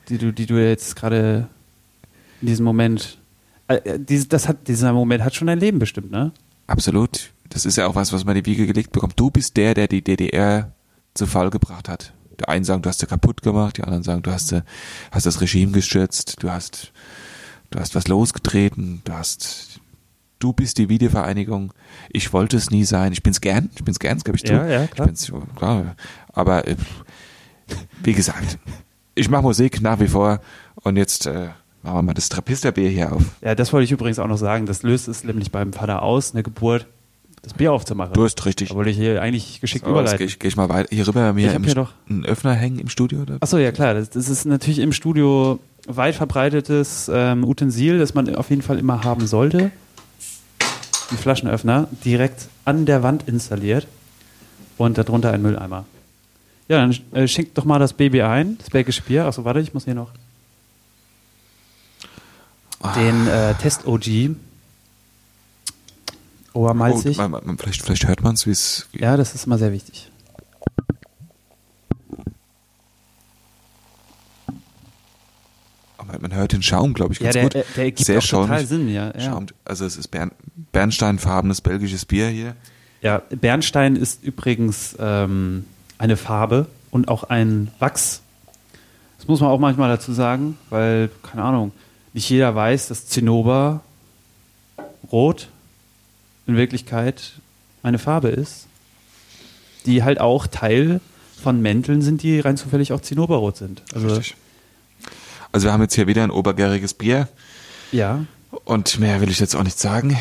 Speaker 3: die du, die du jetzt gerade in diesem Moment. Äh, äh, dies- Das hat, dieser Moment hat schon dein Leben bestimmt, ne?
Speaker 2: absolut, das ist ja auch was, was man in die Wiege gelegt bekommt. Du bist der, der die DDR zu Fall gebracht hat. Die einen sagen, du hast sie kaputt gemacht, die anderen sagen, du hast, sie, hast das Regime gestürzt, du hast, du hast was losgetreten, du hast, du bist die Wiedervereinigung. Ich wollte es nie sein, ich bin's gern, ich bin's gern, das gebe ich zu.
Speaker 3: Ja, ja,
Speaker 2: Ich
Speaker 3: klar.
Speaker 2: bin's, klar. Aber äh, wie gesagt, ich mache Musik nach wie vor und jetzt äh, machen wir mal das Trappisterbier hier auf.
Speaker 3: Ja, das wollte ich übrigens auch noch sagen. Das löst es nämlich beim Vater aus, eine Geburt, das Bier aufzumachen.
Speaker 2: Durst richtig.
Speaker 3: Da wollte ich hier eigentlich geschickt
Speaker 2: So, jetzt
Speaker 3: überleiten.
Speaker 2: gehe ich, geh ich mal weiter. Hier rüber bei mir
Speaker 3: Ich hab
Speaker 2: im
Speaker 3: hier
Speaker 2: St-
Speaker 3: doch-
Speaker 2: einen Öffner hängen im Studio. Oder?
Speaker 3: Achso, ja klar, das, das ist natürlich im Studio weit verbreitetes ähm, Utensil, das man auf jeden Fall immer haben sollte. Ein Flaschenöffner, direkt an der Wand installiert und darunter ein Mülleimer. Ja, dann äh, schenkt doch mal das Baby ein, das belgische Bier. Achso, warte, ich muss hier noch den äh, Test-OG
Speaker 2: Oh,
Speaker 3: Obermalzig.
Speaker 2: man, man, vielleicht, vielleicht hört man es, wie es.
Speaker 3: Ja, das ist immer sehr wichtig.
Speaker 2: Man hört den Schaum, glaube ich,
Speaker 3: Ja,
Speaker 2: ganz
Speaker 3: der,
Speaker 2: gut.
Speaker 3: der, der ergibt
Speaker 2: Sehr
Speaker 3: auch total
Speaker 2: schaumig.
Speaker 3: Sinn, ja. ja.
Speaker 2: Schaumt. Also es ist Bern, bernsteinfarbenes belgisches Bier hier.
Speaker 3: Ja, Bernstein ist übrigens ähm, eine Farbe und auch ein Wachs. Das muss man auch manchmal dazu sagen, weil, keine Ahnung, nicht jeder weiß, dass Zinnober rot in Wirklichkeit eine Farbe ist, die halt auch Teil von Mänteln sind, die rein zufällig auch Zinnoberrot sind. Also,
Speaker 2: Richtig. Also wir haben jetzt hier wieder ein obergäriges Bier
Speaker 3: ja.
Speaker 2: und mehr will ich jetzt auch nicht sagen.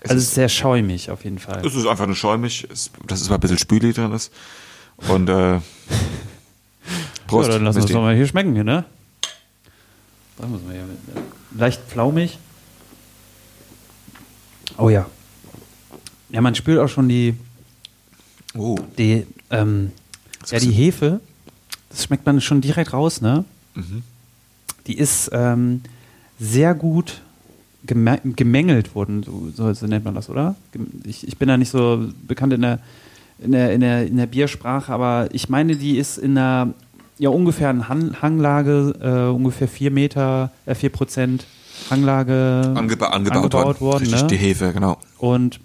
Speaker 2: Es
Speaker 3: Also, es
Speaker 2: ist-
Speaker 3: ist sehr schäumig auf jeden Fall.
Speaker 2: Es ist einfach nur schäumig, es, dass es mal ein bisschen Spüli drin ist. Und
Speaker 3: [laughs]
Speaker 2: äh, Prost.
Speaker 3: ja, dann lassen wir es
Speaker 2: Misti.
Speaker 3: doch mal hier schmecken, hier, ne? Dann müssen wir hier mit, äh, leicht flaumig. Oh ja. Ja, man spürt auch schon die,
Speaker 2: oh,
Speaker 3: die, ähm, ja,
Speaker 2: ist
Speaker 3: die
Speaker 2: so-
Speaker 3: Hefe. Das schmeckt man schon direkt raus, ne?
Speaker 2: Mhm.
Speaker 3: Die ist ähm, sehr gut geme gemengelt worden, so, so, so nennt man das, oder? Gem- Ich, ich bin da nicht so bekannt in der, in, der, in, der, in der Biersprache, aber ich meine, die ist in einer ja, ungefähren Han Hanglage, äh, ungefähr 4 Meter, äh, 4 Prozent Hanglage
Speaker 2: angeba angebaut,
Speaker 3: angebaut worden.
Speaker 2: Richtig,
Speaker 3: ne?
Speaker 2: die Hefe, genau.
Speaker 3: Und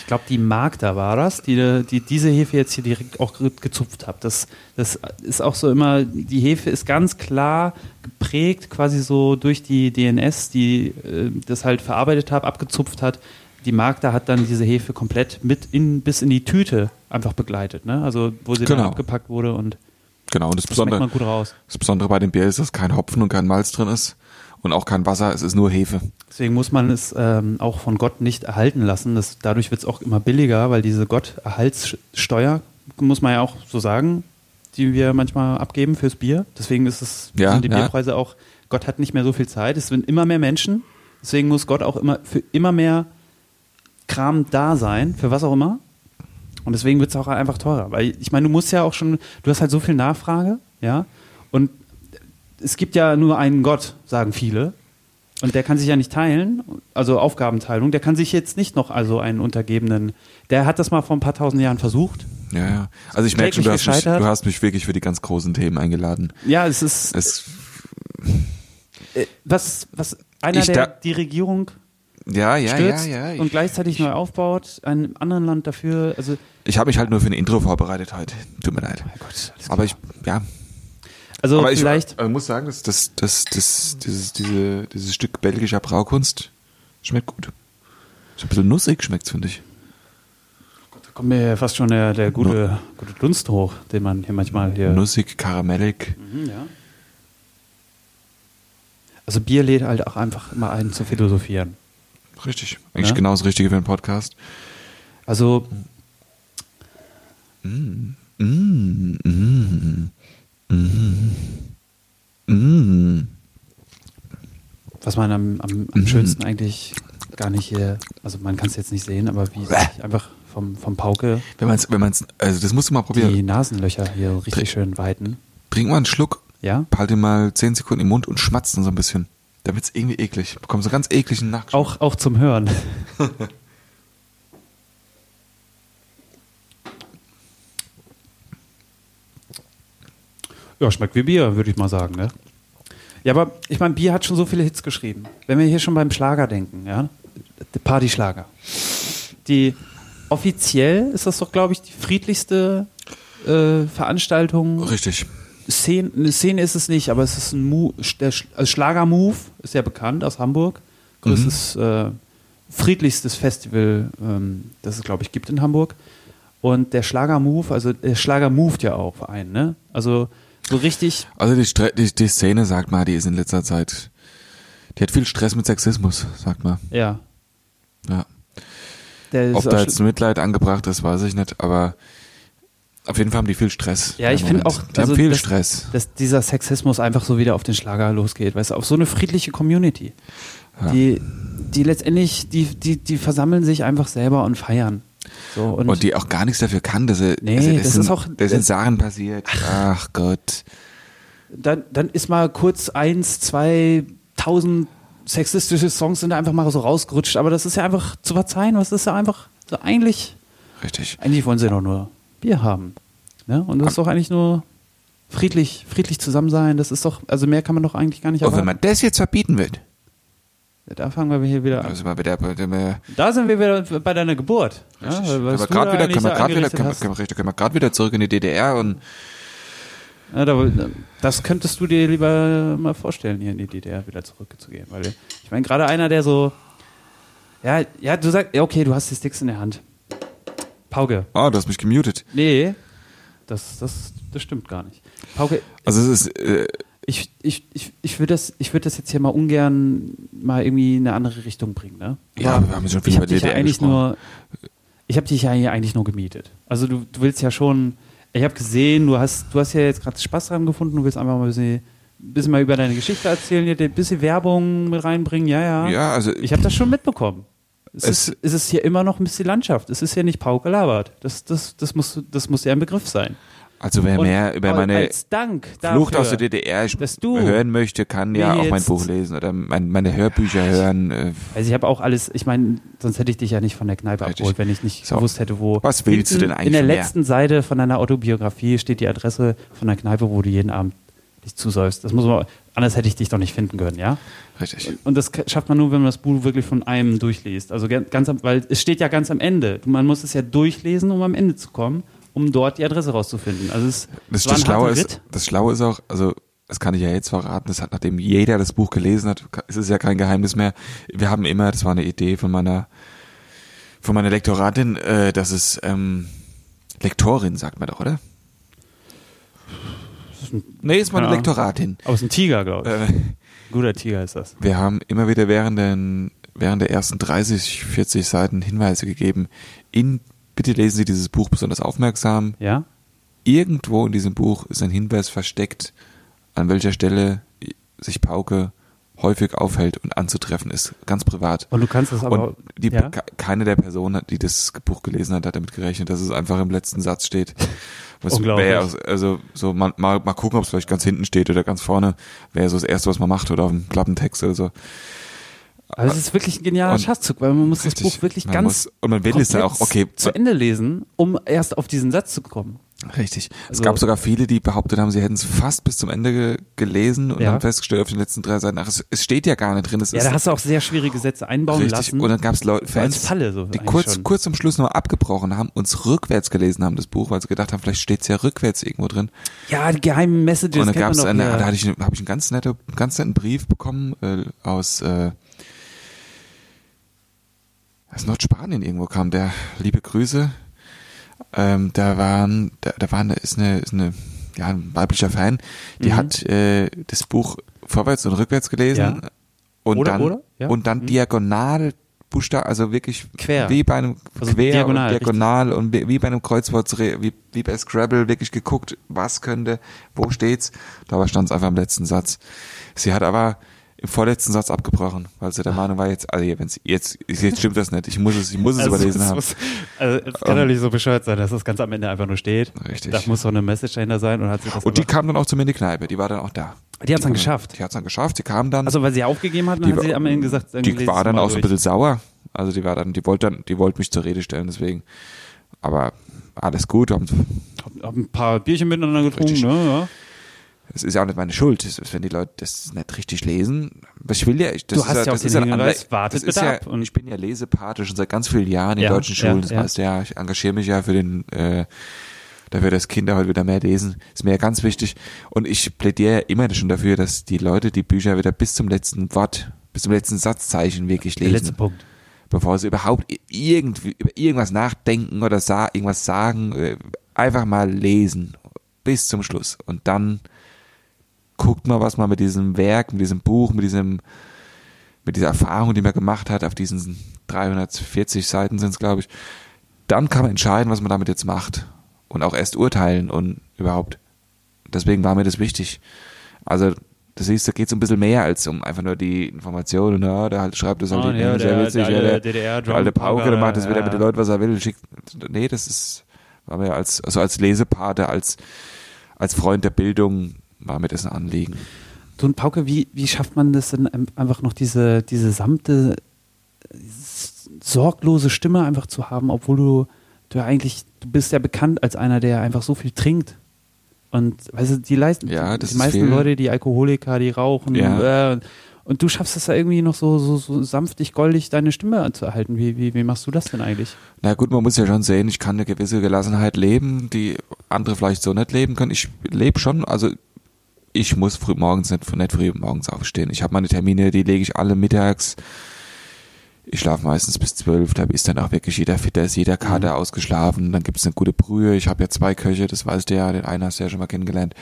Speaker 3: ich glaube, die Magda war das, die, die diese Hefe jetzt hier direkt auch ge- gezupft hat. Das, das ist auch so immer, die Hefe ist ganz klar geprägt, quasi so durch die DNS, die äh, das halt verarbeitet hat, abgezupft hat. Die Magda hat dann diese Hefe komplett mit in, bis in die Tüte einfach begleitet, ne? Also wo sie dann
Speaker 2: Genau.
Speaker 3: abgepackt wurde und
Speaker 2: Genau, und das
Speaker 3: das schmeckt
Speaker 2: Besondere,
Speaker 3: man gut raus.
Speaker 2: Das Besondere bei dem Bier ist, dass kein Hopfen und kein Malz drin ist und auch kein Wasser, es ist nur Hefe.
Speaker 3: Deswegen muss man es ähm, auch von Gott nicht erhalten lassen. Das, dadurch wird es auch immer billiger, weil diese Gotterhaltssteuer, muss man ja auch so sagen, die wir manchmal abgeben fürs Bier. Deswegen ist es,
Speaker 2: Ja,
Speaker 3: sind die
Speaker 2: ja.
Speaker 3: Bierpreise auch, Gott hat nicht mehr so viel Zeit, es sind immer mehr Menschen. Deswegen muss Gott auch immer für immer mehr Kram da sein, für was auch immer. Und deswegen wird es auch einfach teurer. Weil ich meine, du musst ja auch schon, du hast halt so viel Nachfrage, ja. Und es gibt ja nur einen Gott, sagen viele. Und der kann sich ja nicht teilen, also Aufgabenteilung, der kann sich jetzt nicht noch also einen Untergebenen. Der hat das mal vor ein paar tausend Jahren versucht,
Speaker 2: Ja, ja. Also ich merke schon, du hast,
Speaker 3: Kläglich
Speaker 2: mich,
Speaker 3: gescheitert.
Speaker 2: du hast mich wirklich für die ganz großen Themen eingeladen.
Speaker 3: Ja, es ist
Speaker 2: Es,
Speaker 3: äh, was, was einer,
Speaker 2: Ich
Speaker 3: der
Speaker 2: da-
Speaker 3: die Regierung
Speaker 2: ja, ja, ja,
Speaker 3: stürzt
Speaker 2: ja. Ich,
Speaker 3: und gleichzeitig neu aufbaut, einem anderen Land dafür. Also,
Speaker 2: ich habe mich halt nur für ein Intro vorbereitet heute. Tut mir leid.
Speaker 3: mein Gott, alles
Speaker 2: Aber ich, ja.
Speaker 3: also
Speaker 2: aber ich,
Speaker 3: vielleicht,
Speaker 2: aber ich muss sagen, dass, dass, dass, dass dieses, diese, dieses Stück belgischer Braukunst schmeckt gut. Ist ein bisschen nussig schmeckt's, finde ich.
Speaker 3: da kommt mir ja fast schon der, der gute, gute Dunst hoch, den man hier manchmal hier.
Speaker 2: Nussig, karamellig.
Speaker 3: Mhm, ja. Also Bier lädt halt auch einfach immer ein zu philosophieren.
Speaker 2: Richtig. Eigentlich
Speaker 3: Ja?
Speaker 2: genau das Richtige für einen Podcast.
Speaker 3: Also
Speaker 2: Mm, mm, mm, mm.
Speaker 3: was man am, am, am schönsten eigentlich gar nicht hier, also man kann es jetzt nicht sehen, aber wie sich einfach vom, vom Pauke
Speaker 2: Wenn man es, wenn man's, also das musst du mal probieren.
Speaker 3: die Nasenlöcher hier richtig
Speaker 2: Trink.
Speaker 3: schön weiten.
Speaker 2: Trink mal einen Schluck,
Speaker 3: Ja?
Speaker 2: halt ihn mal 10 Sekunden im Mund und schmatzt ihn so ein bisschen. Dann wird's irgendwie eklig. Bekommst so einen ganz ekligen Nachgeschmack.
Speaker 3: Auch, auch zum Hören. ja, schmeckt wie Bier, würde ich mal sagen, ne? Ja, aber ich meine, Bier hat schon so viele Hits geschrieben. Wenn wir hier schon beim Schlager denken, ja? Der Partyschlager. Die offiziell ist das doch, glaube ich, die friedlichste äh, Veranstaltung
Speaker 2: Richtig.
Speaker 3: Szene, eine Szene ist es nicht, aber es ist ein Mu der Sch also Schlager-Move, ist ja bekannt aus Hamburg. Größtes,
Speaker 2: Mhm.
Speaker 3: äh, friedlichstes Festival, ähm, das es, glaube ich, gibt in Hamburg. Und der Schlager-Move, also der Schlager moved ja auch einen, ne? Also so richtig,
Speaker 2: Also die, Stre die, die Szene, sagt mal, die ist in letzter Zeit, die hat viel Stress mit Sexismus, sagt mal.
Speaker 3: ja.
Speaker 2: Ja.
Speaker 3: Der
Speaker 2: Ob
Speaker 3: ist auch
Speaker 2: da
Speaker 3: schl-
Speaker 2: jetzt Mitleid angebracht ist, weiß ich nicht, aber auf jeden Fall haben die viel Stress.
Speaker 3: Ja,
Speaker 2: im
Speaker 3: ich finde
Speaker 2: Moment.
Speaker 3: auch,
Speaker 2: Die
Speaker 3: also
Speaker 2: haben viel
Speaker 3: das-
Speaker 2: Stress.
Speaker 3: dass dieser Sexismus einfach so wieder auf den Schlager losgeht, weißt du, auf so eine friedliche Community. Die, die letztendlich, die, die, die versammeln sich einfach selber und feiern. So, und,
Speaker 2: Und die auch gar nichts dafür kann, dass sie,
Speaker 3: Nee,
Speaker 2: also
Speaker 3: das
Speaker 2: sind,
Speaker 3: ist auch-
Speaker 2: das sind Sachen passiert. Ach Gott.
Speaker 3: dann, dann ist mal kurz eins, zwei, tausend sexistische Songs sind da einfach mal so rausgerutscht. Aber das ist ja einfach zu verzeihen. Was ist ja einfach so eigentlich,
Speaker 2: Richtig.
Speaker 3: eigentlich wollen sie doch nur Bier haben. Ne? Und das ist doch eigentlich nur friedlich, friedlich zusammen sein. Das ist doch, also mehr kann man doch eigentlich gar nicht
Speaker 2: Und Oh, wenn
Speaker 3: erwarten.
Speaker 2: man das jetzt verbieten wird,
Speaker 3: Da fangen wir hier wieder
Speaker 2: dann
Speaker 3: an.
Speaker 2: sind wir wieder bei dem,
Speaker 3: Da sind wir wieder bei deiner Geburt. Ja,
Speaker 2: Richtig.
Speaker 3: weil
Speaker 2: Können
Speaker 3: was
Speaker 2: wir
Speaker 3: du
Speaker 2: gerade
Speaker 3: da
Speaker 2: wieder,
Speaker 3: eigentlich
Speaker 2: können wir gerade
Speaker 3: da
Speaker 2: wieder,
Speaker 3: angerichtet
Speaker 2: können wir,
Speaker 3: hast.
Speaker 2: können wir, richtig, können wir gerade wieder zurück in die DDR und
Speaker 3: Ja, da, das könntest du dir lieber mal vorstellen, hier in die DDR wieder zurückzugehen. Weil ich meine, gerade einer, der so. Ja, ja, du sagst, ja, okay, du hast die Sticks in der Hand. Pauke.
Speaker 2: oh, du hast mich gemutet.
Speaker 3: Nee, das, das, das stimmt gar nicht. Pauke,
Speaker 2: Also es ist, äh,
Speaker 3: ich, ich, ich, ich würde das, ich würd das jetzt hier mal ungern mal irgendwie in eine andere Richtung bringen, ne?
Speaker 2: Ja,
Speaker 3: Aber
Speaker 2: wir haben schon viel
Speaker 3: ich
Speaker 2: über
Speaker 3: hab dich ja
Speaker 2: DDR
Speaker 3: eigentlich
Speaker 2: gesprochen.
Speaker 3: nur, Ich habe dich ja hier eigentlich nur gemietet. Also du, du willst ja schon, ich habe gesehen, du hast, du hast ja jetzt gerade Spaß dran gefunden, du willst einfach mal ein bisschen, ein bisschen mal über deine Geschichte erzählen, hier ein bisschen Werbung mit reinbringen, ja, ja.
Speaker 2: ja, also
Speaker 3: Ich habe das schon mitbekommen. Es,
Speaker 2: Es-
Speaker 3: ist, es ist hier immer noch ein bisschen Landschaft. Es ist hier nicht Pauke Labert. Das, das, das, muss, das muss ja ein Begriff sein.
Speaker 2: also wer
Speaker 3: Und
Speaker 2: mehr über meine
Speaker 3: als Dank
Speaker 2: Flucht
Speaker 3: dafür,
Speaker 2: aus der DDR ich
Speaker 3: dass du
Speaker 2: hören möchte, kann ja
Speaker 3: mir
Speaker 2: auch mein
Speaker 3: jetzt-
Speaker 2: Buch lesen oder mein, meine
Speaker 3: [laughs]
Speaker 2: Hörbücher hören. Äh,
Speaker 3: Also ich habe auch alles, ich meine, sonst hätte ich dich ja nicht von der Kneipe
Speaker 2: Richtig.
Speaker 3: abgeholt, wenn ich nicht
Speaker 2: So.
Speaker 3: gewusst hätte, wo.
Speaker 2: Was willst du
Speaker 3: Hinten
Speaker 2: denn eigentlich
Speaker 3: In der
Speaker 2: mehr?
Speaker 3: letzten Seite von deiner Autobiografie steht die Adresse von der Kneipe, wo du jeden Abend dich zusäufst. Das muss man, anders hätte ich dich doch nicht finden können, ja?
Speaker 2: richtig.
Speaker 3: Und das k- schafft man nur, wenn man das Buch wirklich von einem durchliest. Also gan- ganz am, weil es steht ja ganz am Ende. Man muss es ja durchlesen, um am Ende zu kommen, um dort die Adresse rauszufinden. Also es,
Speaker 2: Das,
Speaker 3: es war
Speaker 2: das,
Speaker 3: ein
Speaker 2: Schlaue
Speaker 3: harter
Speaker 2: ist,
Speaker 3: Ritt.
Speaker 2: das Schlaue ist auch, also das kann ich ja jetzt verraten, das hat, nachdem jeder das Buch gelesen hat, ka- es ist ja kein Geheimnis mehr. Wir haben immer, das war eine Idee von meiner von meiner Lektoratin, äh, dass es ähm, Lektorin, sagt man doch, oder? Nee, ist meine
Speaker 3: Keine Ahnung.
Speaker 2: Lektoratin.
Speaker 3: Aber es ist ein Tiger, glaube ich.
Speaker 2: Äh,
Speaker 3: Ein guter Tiger ist das.
Speaker 2: wir haben immer wieder während, den, während der ersten 30, 40 Seiten Hinweise gegeben. In, bitte lesen Sie dieses Buch besonders aufmerksam.
Speaker 3: Ja?
Speaker 2: Irgendwo in diesem Buch ist ein Hinweis versteckt, an welcher Stelle sich Pauke häufig aufhält und anzutreffen ist, ganz privat.
Speaker 3: Und du kannst das aber.
Speaker 2: Und die,
Speaker 3: ja?
Speaker 2: ke- keine der Personen, die das Buch gelesen hat, hat damit gerechnet, dass es einfach im letzten Satz steht. Was
Speaker 3: Unglaublich.
Speaker 2: wär ja- also so man, mal, mal gucken, ob es vielleicht ganz hinten steht oder ganz vorne. Wäre so das Erste, was man macht oder auf dem Klappentext oder so.
Speaker 3: Aber es ist wirklich ein genialer
Speaker 2: Und-
Speaker 3: Schachzug, weil man muss das
Speaker 2: Richtig.
Speaker 3: Buch wirklich
Speaker 2: Man
Speaker 3: ganz
Speaker 2: muss- und man will es dann
Speaker 3: komplett
Speaker 2: auch, okay,
Speaker 3: zu Ende lesen, um erst auf diesen Satz zu kommen.
Speaker 2: Richtig. es
Speaker 3: Also-
Speaker 2: gab sogar viele, die behauptet haben, sie hätten es fast bis zum Ende ge gelesen und
Speaker 3: Ja.
Speaker 2: haben festgestellt auf den letzten drei Seiten, ach, es, es steht ja gar nicht drin. Es
Speaker 3: Ja,
Speaker 2: ist
Speaker 3: da hast du auch sehr schwierige Sätze einbauen
Speaker 2: richtig.
Speaker 3: lassen.
Speaker 2: Und dann gab es
Speaker 3: als
Speaker 2: Fans,
Speaker 3: Falle so
Speaker 2: die
Speaker 3: eigentlich
Speaker 2: kurz,
Speaker 3: schon.
Speaker 2: kurz zum Schluss noch abgebrochen haben, uns rückwärts gelesen haben, das Buch, weil sie gedacht haben, vielleicht steht es ja rückwärts irgendwo drin.
Speaker 3: ja, die geheimen Messages
Speaker 2: und dann
Speaker 3: kennt
Speaker 2: gab es
Speaker 3: man
Speaker 2: eine,
Speaker 3: doch hier.
Speaker 2: da hatte ich, habe ich einen ganz netten, ganz netten Brief bekommen äh, aus, äh, aus Nordspanien irgendwo kam der. Liebe Grüße. Ähm, da waren, da, da war eine, ist eine, ist eine, ja, ein weiblicher Fan, die
Speaker 3: Mhm.
Speaker 2: hat äh, das Buch vorwärts und rückwärts gelesen
Speaker 3: Ja.
Speaker 2: und
Speaker 3: Oder,
Speaker 2: dann
Speaker 3: oder? Ja. Mhm.
Speaker 2: und dann diagonal Buchstaben, also wirklich
Speaker 3: Quer.
Speaker 2: wie bei einem
Speaker 3: Also
Speaker 2: quer
Speaker 3: diagonal,
Speaker 2: und diagonal und wie, wie bei einem Kreuzwort, wie, wie bei Scrabble wirklich geguckt, was könnte, wo steht's. Dabei stand es einfach im letzten Satz. Sie hat aber im vorletzten Satz abgebrochen, weil
Speaker 3: Ah.
Speaker 2: sie der Meinung war, jetzt, also wenn's, jetzt, jetzt stimmt das nicht, ich muss es, ich muss es überlesen
Speaker 3: Also, es
Speaker 2: haben.
Speaker 3: muss- also, es kann doch nicht so bescheuert sein, dass das ganz am Ende einfach nur steht.
Speaker 2: Richtig.
Speaker 3: Da muss so eine Message dahinter sein und hat sich das
Speaker 2: Und die
Speaker 3: einfach-
Speaker 2: kam dann auch zu mir in die Kneipe, die war dann auch da.
Speaker 3: die hat's dann
Speaker 2: Die-
Speaker 3: geschafft.
Speaker 2: Die hat's dann geschafft, die kam dann.
Speaker 3: Also weil sie aufgegeben hat, dann
Speaker 2: die
Speaker 3: hat sie
Speaker 2: war-
Speaker 3: am Ende gesagt, dann
Speaker 2: die
Speaker 3: lest
Speaker 2: war
Speaker 3: es
Speaker 2: dann
Speaker 3: mal
Speaker 2: auch so ein
Speaker 3: durch.
Speaker 2: bisschen sauer. Also die war dann, die wollte dann, die wollte mich zur Rede stellen, deswegen. Aber alles gut, haben-
Speaker 3: Hab, hab ein paar Bierchen miteinander getrunken,
Speaker 2: Richtig.
Speaker 3: ne? Ja.
Speaker 2: Es ist ja auch nicht meine Schuld, das ist, wenn die Leute das nicht richtig lesen. Aber ich will ja, ich, das
Speaker 3: Du hast
Speaker 2: ist
Speaker 3: ja auch
Speaker 2: das
Speaker 3: den
Speaker 2: ist ein
Speaker 3: Hinweis,
Speaker 2: Anle-
Speaker 3: wartet
Speaker 2: das ist
Speaker 3: bitte
Speaker 2: ja,
Speaker 3: ab und-
Speaker 2: ich bin ja Lesepate schon seit ganz vielen Jahren in
Speaker 3: Ja,
Speaker 2: deutschen
Speaker 3: ja,
Speaker 2: Schulen. das
Speaker 3: ja.
Speaker 2: heißt ja, ich engagiere mich ja für den, äh, dafür, dass Kinder heute wieder mehr lesen. Ist mir ja ganz wichtig. Und ich plädiere ja immer schon dafür, dass die Leute die Bücher wieder bis zum letzten Wort, bis zum letzten Satzzeichen wirklich
Speaker 3: Der letzte
Speaker 2: lesen,
Speaker 3: Punkt.
Speaker 2: bevor sie überhaupt i- irgendwie über irgendwas nachdenken oder sa irgendwas sagen. äh, Einfach mal lesen bis zum Schluss und dann guckt mal, was man mit diesem Werk, mit diesem Buch, mit diesem, mit dieser Erfahrung, die man gemacht hat, auf diesen 340 Seiten sind es, glaube ich, dann kann man entscheiden, was man damit jetzt macht und auch erst urteilen und überhaupt. Deswegen war mir das wichtig. Also, das siehst du, geht so ein bisschen mehr als um einfach nur die Informationen, na, der halt schreibt das halt
Speaker 3: Ah,
Speaker 2: irgendwie
Speaker 3: ja,
Speaker 2: sehr
Speaker 3: der-
Speaker 2: witzig,
Speaker 3: der
Speaker 2: ja,
Speaker 3: alte
Speaker 2: der,
Speaker 3: DDR
Speaker 2: der, alte
Speaker 3: Drumpunker,
Speaker 2: Pauke, der macht das wieder
Speaker 3: ja.
Speaker 2: mit den Leuten, was er will, schickt, nee, das ist, war mir als, also als Lesepate, als, als Freund der Bildung war mir das ein Anliegen.
Speaker 3: Du und Pauke, wie, wie schafft man das denn ein- einfach noch diese, diese samte s- sorglose Stimme einfach zu haben, obwohl du, du ja eigentlich, du bist ja bekannt als einer, der einfach so viel trinkt. Und weißt du, die, leisten,
Speaker 2: Ja,
Speaker 3: die,
Speaker 2: das
Speaker 3: die
Speaker 2: ist
Speaker 3: meisten
Speaker 2: viel.
Speaker 3: Leute, die Alkoholiker, die rauchen,
Speaker 2: Ja.
Speaker 3: äh, und du schaffst es ja irgendwie noch so, so, so sanftig, goldig deine Stimme zu erhalten. Wie, wie, wie machst du das denn eigentlich?
Speaker 2: Na gut, man muss ja schon sehen, ich kann eine gewisse Gelassenheit leben, die andere vielleicht so nicht leben können. Ich lebe schon, also ich muss früh morgens nicht, nicht früh morgens aufstehen. Ich habe meine Termine, die lege ich alle mittags. Ich schlafe meistens bis zwölf, da ist dann auch wirklich jeder fit, da ist jeder Kater ausgeschlafen, dann gibt's eine gute Brühe. Ich habe ja zwei Köche, das weißt du ja, den einen hast du ja schon mal kennengelernt.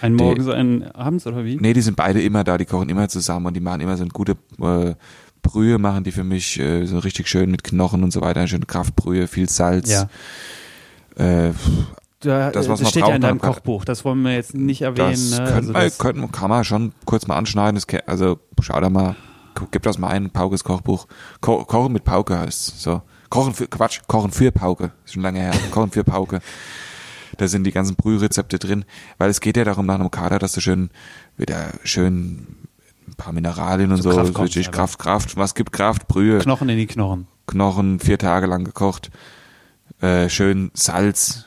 Speaker 3: Ein
Speaker 2: Die-
Speaker 3: morgens, ein abends oder wie?
Speaker 2: Nee, die sind beide immer da, die kochen immer zusammen und die machen immer so eine gute äh, Brühe, machen die für mich äh, so richtig schön mit Knochen und so weiter, eine schöne Kraftbrühe, viel Salz.
Speaker 3: Ja.
Speaker 2: Äh, Das,
Speaker 3: Da, das,
Speaker 2: was man
Speaker 3: steht ja
Speaker 2: braucht,
Speaker 3: in
Speaker 2: man-
Speaker 3: deinem Kochbuch, das wollen wir jetzt nicht erwähnen.
Speaker 2: das
Speaker 3: ne?
Speaker 2: können,
Speaker 3: Also
Speaker 2: wir-
Speaker 3: das-
Speaker 2: können, kann man schon kurz mal anschneiden. Das, ke- also schau da mal, gu- gib das mal ein, Paukes Kochbuch. Ko Kochen mit Pauke heißt so. Kochen für, Quatsch, Kochen für Pauke. Ist schon
Speaker 3: [laughs]
Speaker 2: lange her. Kochen für Pauke. Da sind die ganzen Brührezepte drin, weil es geht ja darum, nach einem Kader, dass du schön wieder schön ein paar Mineralien und
Speaker 3: Zur
Speaker 2: so,
Speaker 3: Kraft kommst
Speaker 2: richtig
Speaker 3: einfach.
Speaker 2: Kraft, Kraft, was gibt Kraft? Brühe.
Speaker 3: Knochen in die Knochen.
Speaker 2: Knochen vier Tage lang gekocht, äh, schön Salz,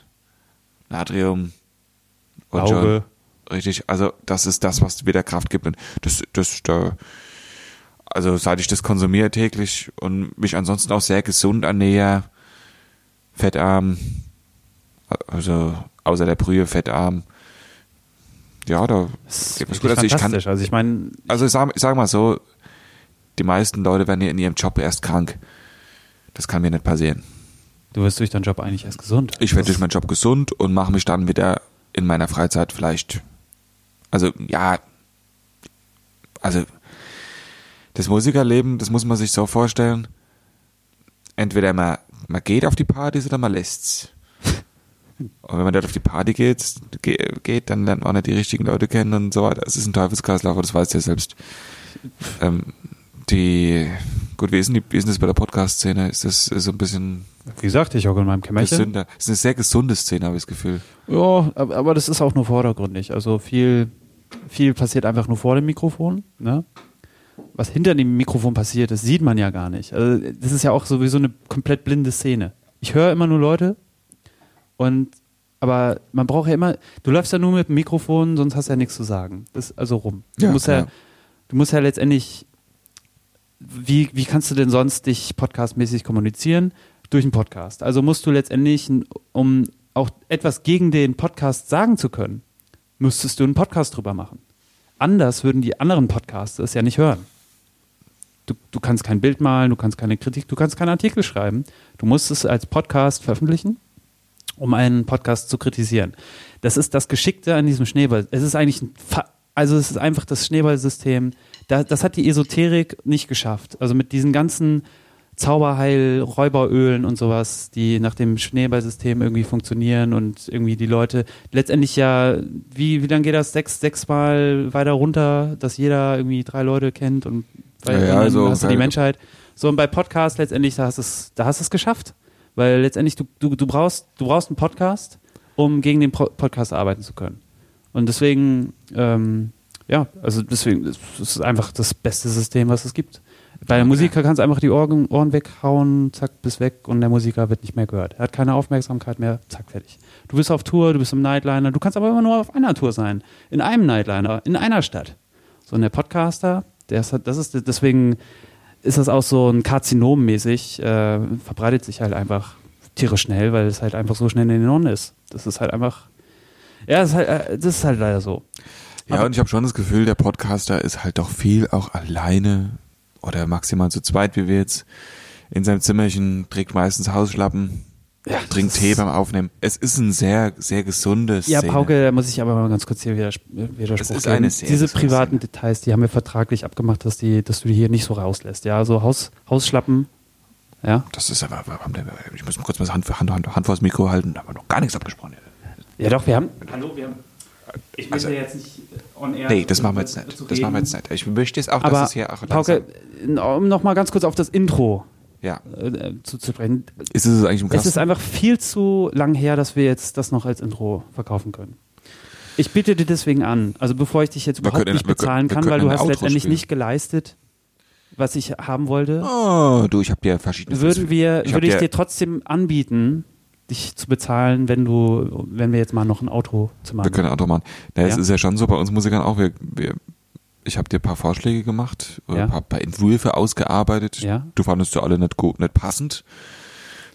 Speaker 2: Natrium und
Speaker 3: Auge.
Speaker 2: schon richtig. Also das ist das, was wieder Kraft gibt. Und das, das, da, also seit ich das konsumiere täglich und mich ansonsten auch sehr gesund ernähre, fettarm, also außer der Brühe fettarm. Ja, da
Speaker 3: Das
Speaker 2: geht mir's
Speaker 3: ist gut,
Speaker 2: Also ich kann,
Speaker 3: fantastisch. Also ich meine,
Speaker 2: also ich sag, ich sag mal so, die meisten Leute werden ja in ihrem Job erst krank. Das kann mir nicht passieren.
Speaker 3: du wirst durch deinen Job eigentlich erst gesund.
Speaker 2: Ich werde
Speaker 3: Das-
Speaker 2: durch meinen Job gesund und mache mich dann wieder in meiner Freizeit vielleicht. Also ja, also das Musikerleben, das muss man sich so vorstellen. Entweder man, man geht auf die Partys oder man lässt's. Und wenn man dort auf die Party geht, ge- geht, dann lernt man auch nicht die richtigen Leute kennen und so weiter. Es ist ein Teufelskreislauf, aber das weißt du ja selbst. Ähm, die, gut, wie ist denn, die, wie ist denn das bei der Podcast-Szene? Ist das äh, so ein bisschen
Speaker 3: Wie gesagt, ich hocke in meinem Kämmerchen.
Speaker 2: gesünder? Ist eine sehr gesunde Szene, habe ich das Gefühl.
Speaker 3: Ja, aber, aber das ist auch nur vordergründig. Also viel, viel passiert einfach nur vor dem Mikrofon. Ne? was hinter dem Mikrofon passiert ist, sieht man ja gar nicht. Also das ist ja auch sowieso eine komplett blinde Szene. Ich höre immer nur Leute und aber man braucht ja immer, du läufst ja nur mit dem Mikrofon, sonst hast du ja nichts zu sagen. Das ist also rum. Du
Speaker 2: Ja,
Speaker 3: musst ja,
Speaker 2: ja.
Speaker 3: du musst ja letztendlich, wie, wie kannst du denn sonst dich podcastmäßig kommunizieren? Durch einen Podcast. Also musst du letztendlich, um auch etwas gegen den Podcast sagen zu können, müsstest du einen Podcast drüber machen. Anders würden die anderen Podcasts es ja nicht hören. Du, du kannst kein Bild malen, du kannst keine Kritik, du kannst keinen Artikel schreiben. Du musst es als Podcast veröffentlichen, um einen Podcast zu kritisieren. Das ist das Geschickte an diesem Schneeball. Es ist eigentlich ein Fa also es ist einfach das Schneeballsystem. Da, das hat die Esoterik nicht geschafft. Also mit diesen ganzen Zauberheil, Räuberölen und sowas, die nach dem Schneeballsystem irgendwie funktionieren und irgendwie die Leute letztendlich ja, wie, wie lange geht das? Sechs, sechs Mal weiter runter, dass jeder irgendwie drei Leute kennt und weil
Speaker 2: Ja, ja,
Speaker 3: dann
Speaker 2: also,
Speaker 3: hast du die
Speaker 2: weil-
Speaker 3: Menschheit. So und bei Podcast letztendlich, da hast du es, da hast du es geschafft. Weil letztendlich du, du, du brauchst, du brauchst einen Podcast, um gegen den Pro Podcast arbeiten zu können. Und deswegen, ähm, ja, also deswegen das ist es einfach das beste System, was es gibt. Bei der Musiker kannst du einfach die Ohren, Ohren weghauen, zack, bis weg und der Musiker wird nicht mehr gehört. Er hat keine Aufmerksamkeit mehr, zack, fertig. Du bist auf Tour, du bist im Nightliner, du kannst aber immer nur auf einer Tour sein. In einem Nightliner, in einer Stadt. So und der Podcaster, der ist, halt- das ist deswegen ist das auch so ein Karzinom mäßig, äh, verbreitet sich halt einfach tierisch schnell, weil es halt einfach so schnell in den Ohren ist. Das ist halt einfach, ja, das ist halt, äh, das ist halt leider so.
Speaker 2: Ja, und ich habe schon das Gefühl, der Podcaster ist halt doch viel auch alleine oder maximal zu zweit, wie wir jetzt in seinem Zimmerchen, trägt meistens Hausschlappen, trinkt Tee beim Aufnehmen. Es ist ein sehr, sehr gesundes
Speaker 3: Ja,
Speaker 2: Szene.
Speaker 3: Pauke, da muss ich aber mal ganz kurz hier widersp widersprechen.
Speaker 2: ist eine Szene,
Speaker 3: Diese
Speaker 2: es ist eine
Speaker 3: privaten
Speaker 2: Szene.
Speaker 3: Details, die haben wir vertraglich abgemacht, dass, die, dass du die hier nicht so rauslässt. Ja, so Haus, Hausschlappen, ja.
Speaker 2: Das ist aber, warum denn- ich muss mal kurz mal das Hand, Hand, Hand, Hand vor das Mikro halten, da haben wir noch gar nichts abgesprochen.
Speaker 3: Ja doch, wir haben... Hallo, wir haben... Ich
Speaker 2: möchte Also-
Speaker 3: jetzt nicht on air...
Speaker 2: Nee, das machen wir jetzt nicht. Das machen wir jetzt nicht. Ich möchte es auch,
Speaker 3: Aber,
Speaker 2: dass es hier auch
Speaker 3: Pauke, um nochmal ganz kurz auf das Intro
Speaker 2: Ja.
Speaker 3: äh, zu, zu sprechen.
Speaker 2: Ist es eigentlich im
Speaker 3: Es ist
Speaker 2: Kasten?
Speaker 3: einfach viel zu lang her, dass wir jetzt das noch als Intro verkaufen können. Ich biete dir deswegen an, also bevor ich dich jetzt
Speaker 2: Wir
Speaker 3: überhaupt
Speaker 2: können-
Speaker 3: nicht
Speaker 2: wir können-
Speaker 3: bezahlen
Speaker 2: wir
Speaker 3: kann,
Speaker 2: können
Speaker 3: weil du
Speaker 2: ein
Speaker 3: hast
Speaker 2: Outro
Speaker 3: letztendlich
Speaker 2: spielen.
Speaker 3: nicht geleistet, was ich haben wollte,
Speaker 2: Oh, du, ich habe dir verschiedene
Speaker 3: würden wir,
Speaker 2: Ich hab
Speaker 3: würde ich
Speaker 2: dir-
Speaker 3: dir trotzdem anbieten, dich zu bezahlen, wenn du, wenn wir jetzt mal noch ein Outro zu machen.
Speaker 2: Wir können Auto machen. Na, es
Speaker 3: Ja.
Speaker 2: ist ja schon so bei uns Musikern auch. Wir, wir, ich habe dir ein paar Vorschläge gemacht, äh,
Speaker 3: Ja.
Speaker 2: ein paar, paar Entwürfe ausgearbeitet.
Speaker 3: Ja.
Speaker 2: Du fandest ja alle nicht gut, nicht passend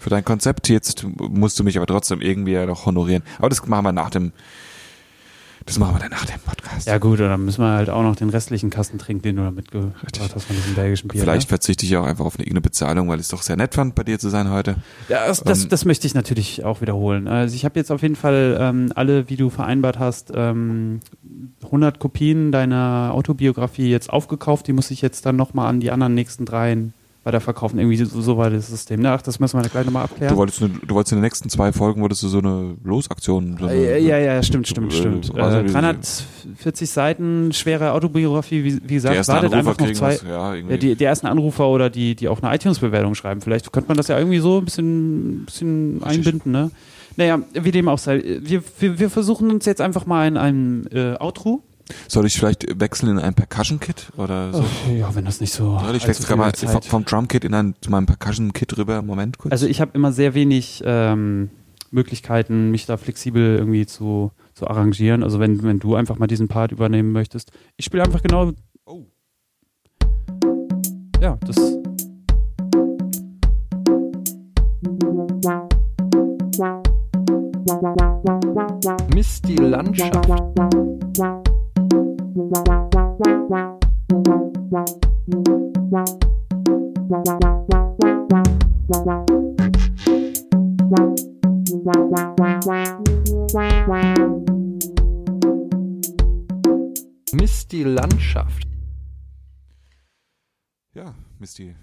Speaker 2: für dein Konzept. Jetzt musst du mich aber trotzdem irgendwie ja noch honorieren. Aber das machen wir nach dem, das machen wir dann nach dem Podcast.
Speaker 3: ja gut, und dann müssen wir halt auch noch den restlichen Kasten trinken, den du da mitgebracht
Speaker 2: Richtig.
Speaker 3: hast von diesem belgischen Bier.
Speaker 2: Vielleicht
Speaker 3: ne?
Speaker 2: verzichte ich auch einfach auf eine irgendeine Bezahlung, weil ich es doch sehr nett fand, bei dir zu sein heute.
Speaker 3: Ja, das, das,
Speaker 2: Ähm,
Speaker 3: das möchte ich natürlich auch wiederholen. Also ich habe jetzt auf jeden Fall ähm, alle, wie du vereinbart hast, ähm, 100 Kopien deiner Autobiografie jetzt aufgekauft. Die muss ich jetzt dann nochmal an die anderen nächsten dreien weiterverkaufen. Irgendwie so, so war das System. ne? Ach, das müssen wir dann gleich nochmal abklären.
Speaker 2: Du, wolltest, eine- du wolltest in den nächsten zwei Folgen, wolltest du so eine Losaktion. So eine,
Speaker 3: Äh, ja, ja, ja, stimmt, stimmt,
Speaker 2: ne? Äh,
Speaker 3: stimmt.
Speaker 2: also
Speaker 3: Äh,
Speaker 2: wie-
Speaker 3: 340 Seiten schwere Autobiografie, wie, wie
Speaker 2: Die
Speaker 3: gesagt,
Speaker 2: ersten
Speaker 3: wartet
Speaker 2: Anrufer
Speaker 3: einfach noch
Speaker 2: kriegen
Speaker 3: zwei.
Speaker 2: was. Ja, irgendwie.
Speaker 3: Ja, die, die ersten Anrufer oder die, die auch eine iTunes-Bewertung schreiben. Vielleicht könnte man das ja irgendwie so ein bisschen, bisschen einbinden, ne? Naja, wie dem auch sei. Wir, wir, wir versuchen uns jetzt einfach mal in einem äh, Outro.
Speaker 2: Soll ich vielleicht wechseln in ein Percussion-Kit oder so?
Speaker 3: ja, wenn das nicht
Speaker 2: Soll
Speaker 3: so.
Speaker 2: ich
Speaker 3: allzu
Speaker 2: wechsle
Speaker 3: viel
Speaker 2: gerade mal
Speaker 3: also Zeit-
Speaker 2: vom, vom Drum-Kit in ein, zu meinem Percussion-Kit rüber. Moment kurz.
Speaker 3: Also ich habe immer sehr wenig ähm, Möglichkeiten, mich da flexibel irgendwie zu, zu arrangieren. Also wenn, wenn du einfach mal diesen Part übernehmen möchtest. Ich spiele einfach genau.
Speaker 2: Oh.
Speaker 3: Ja, das.
Speaker 1: Misty Landschaft. Misty Landschaft.
Speaker 2: ja, Misty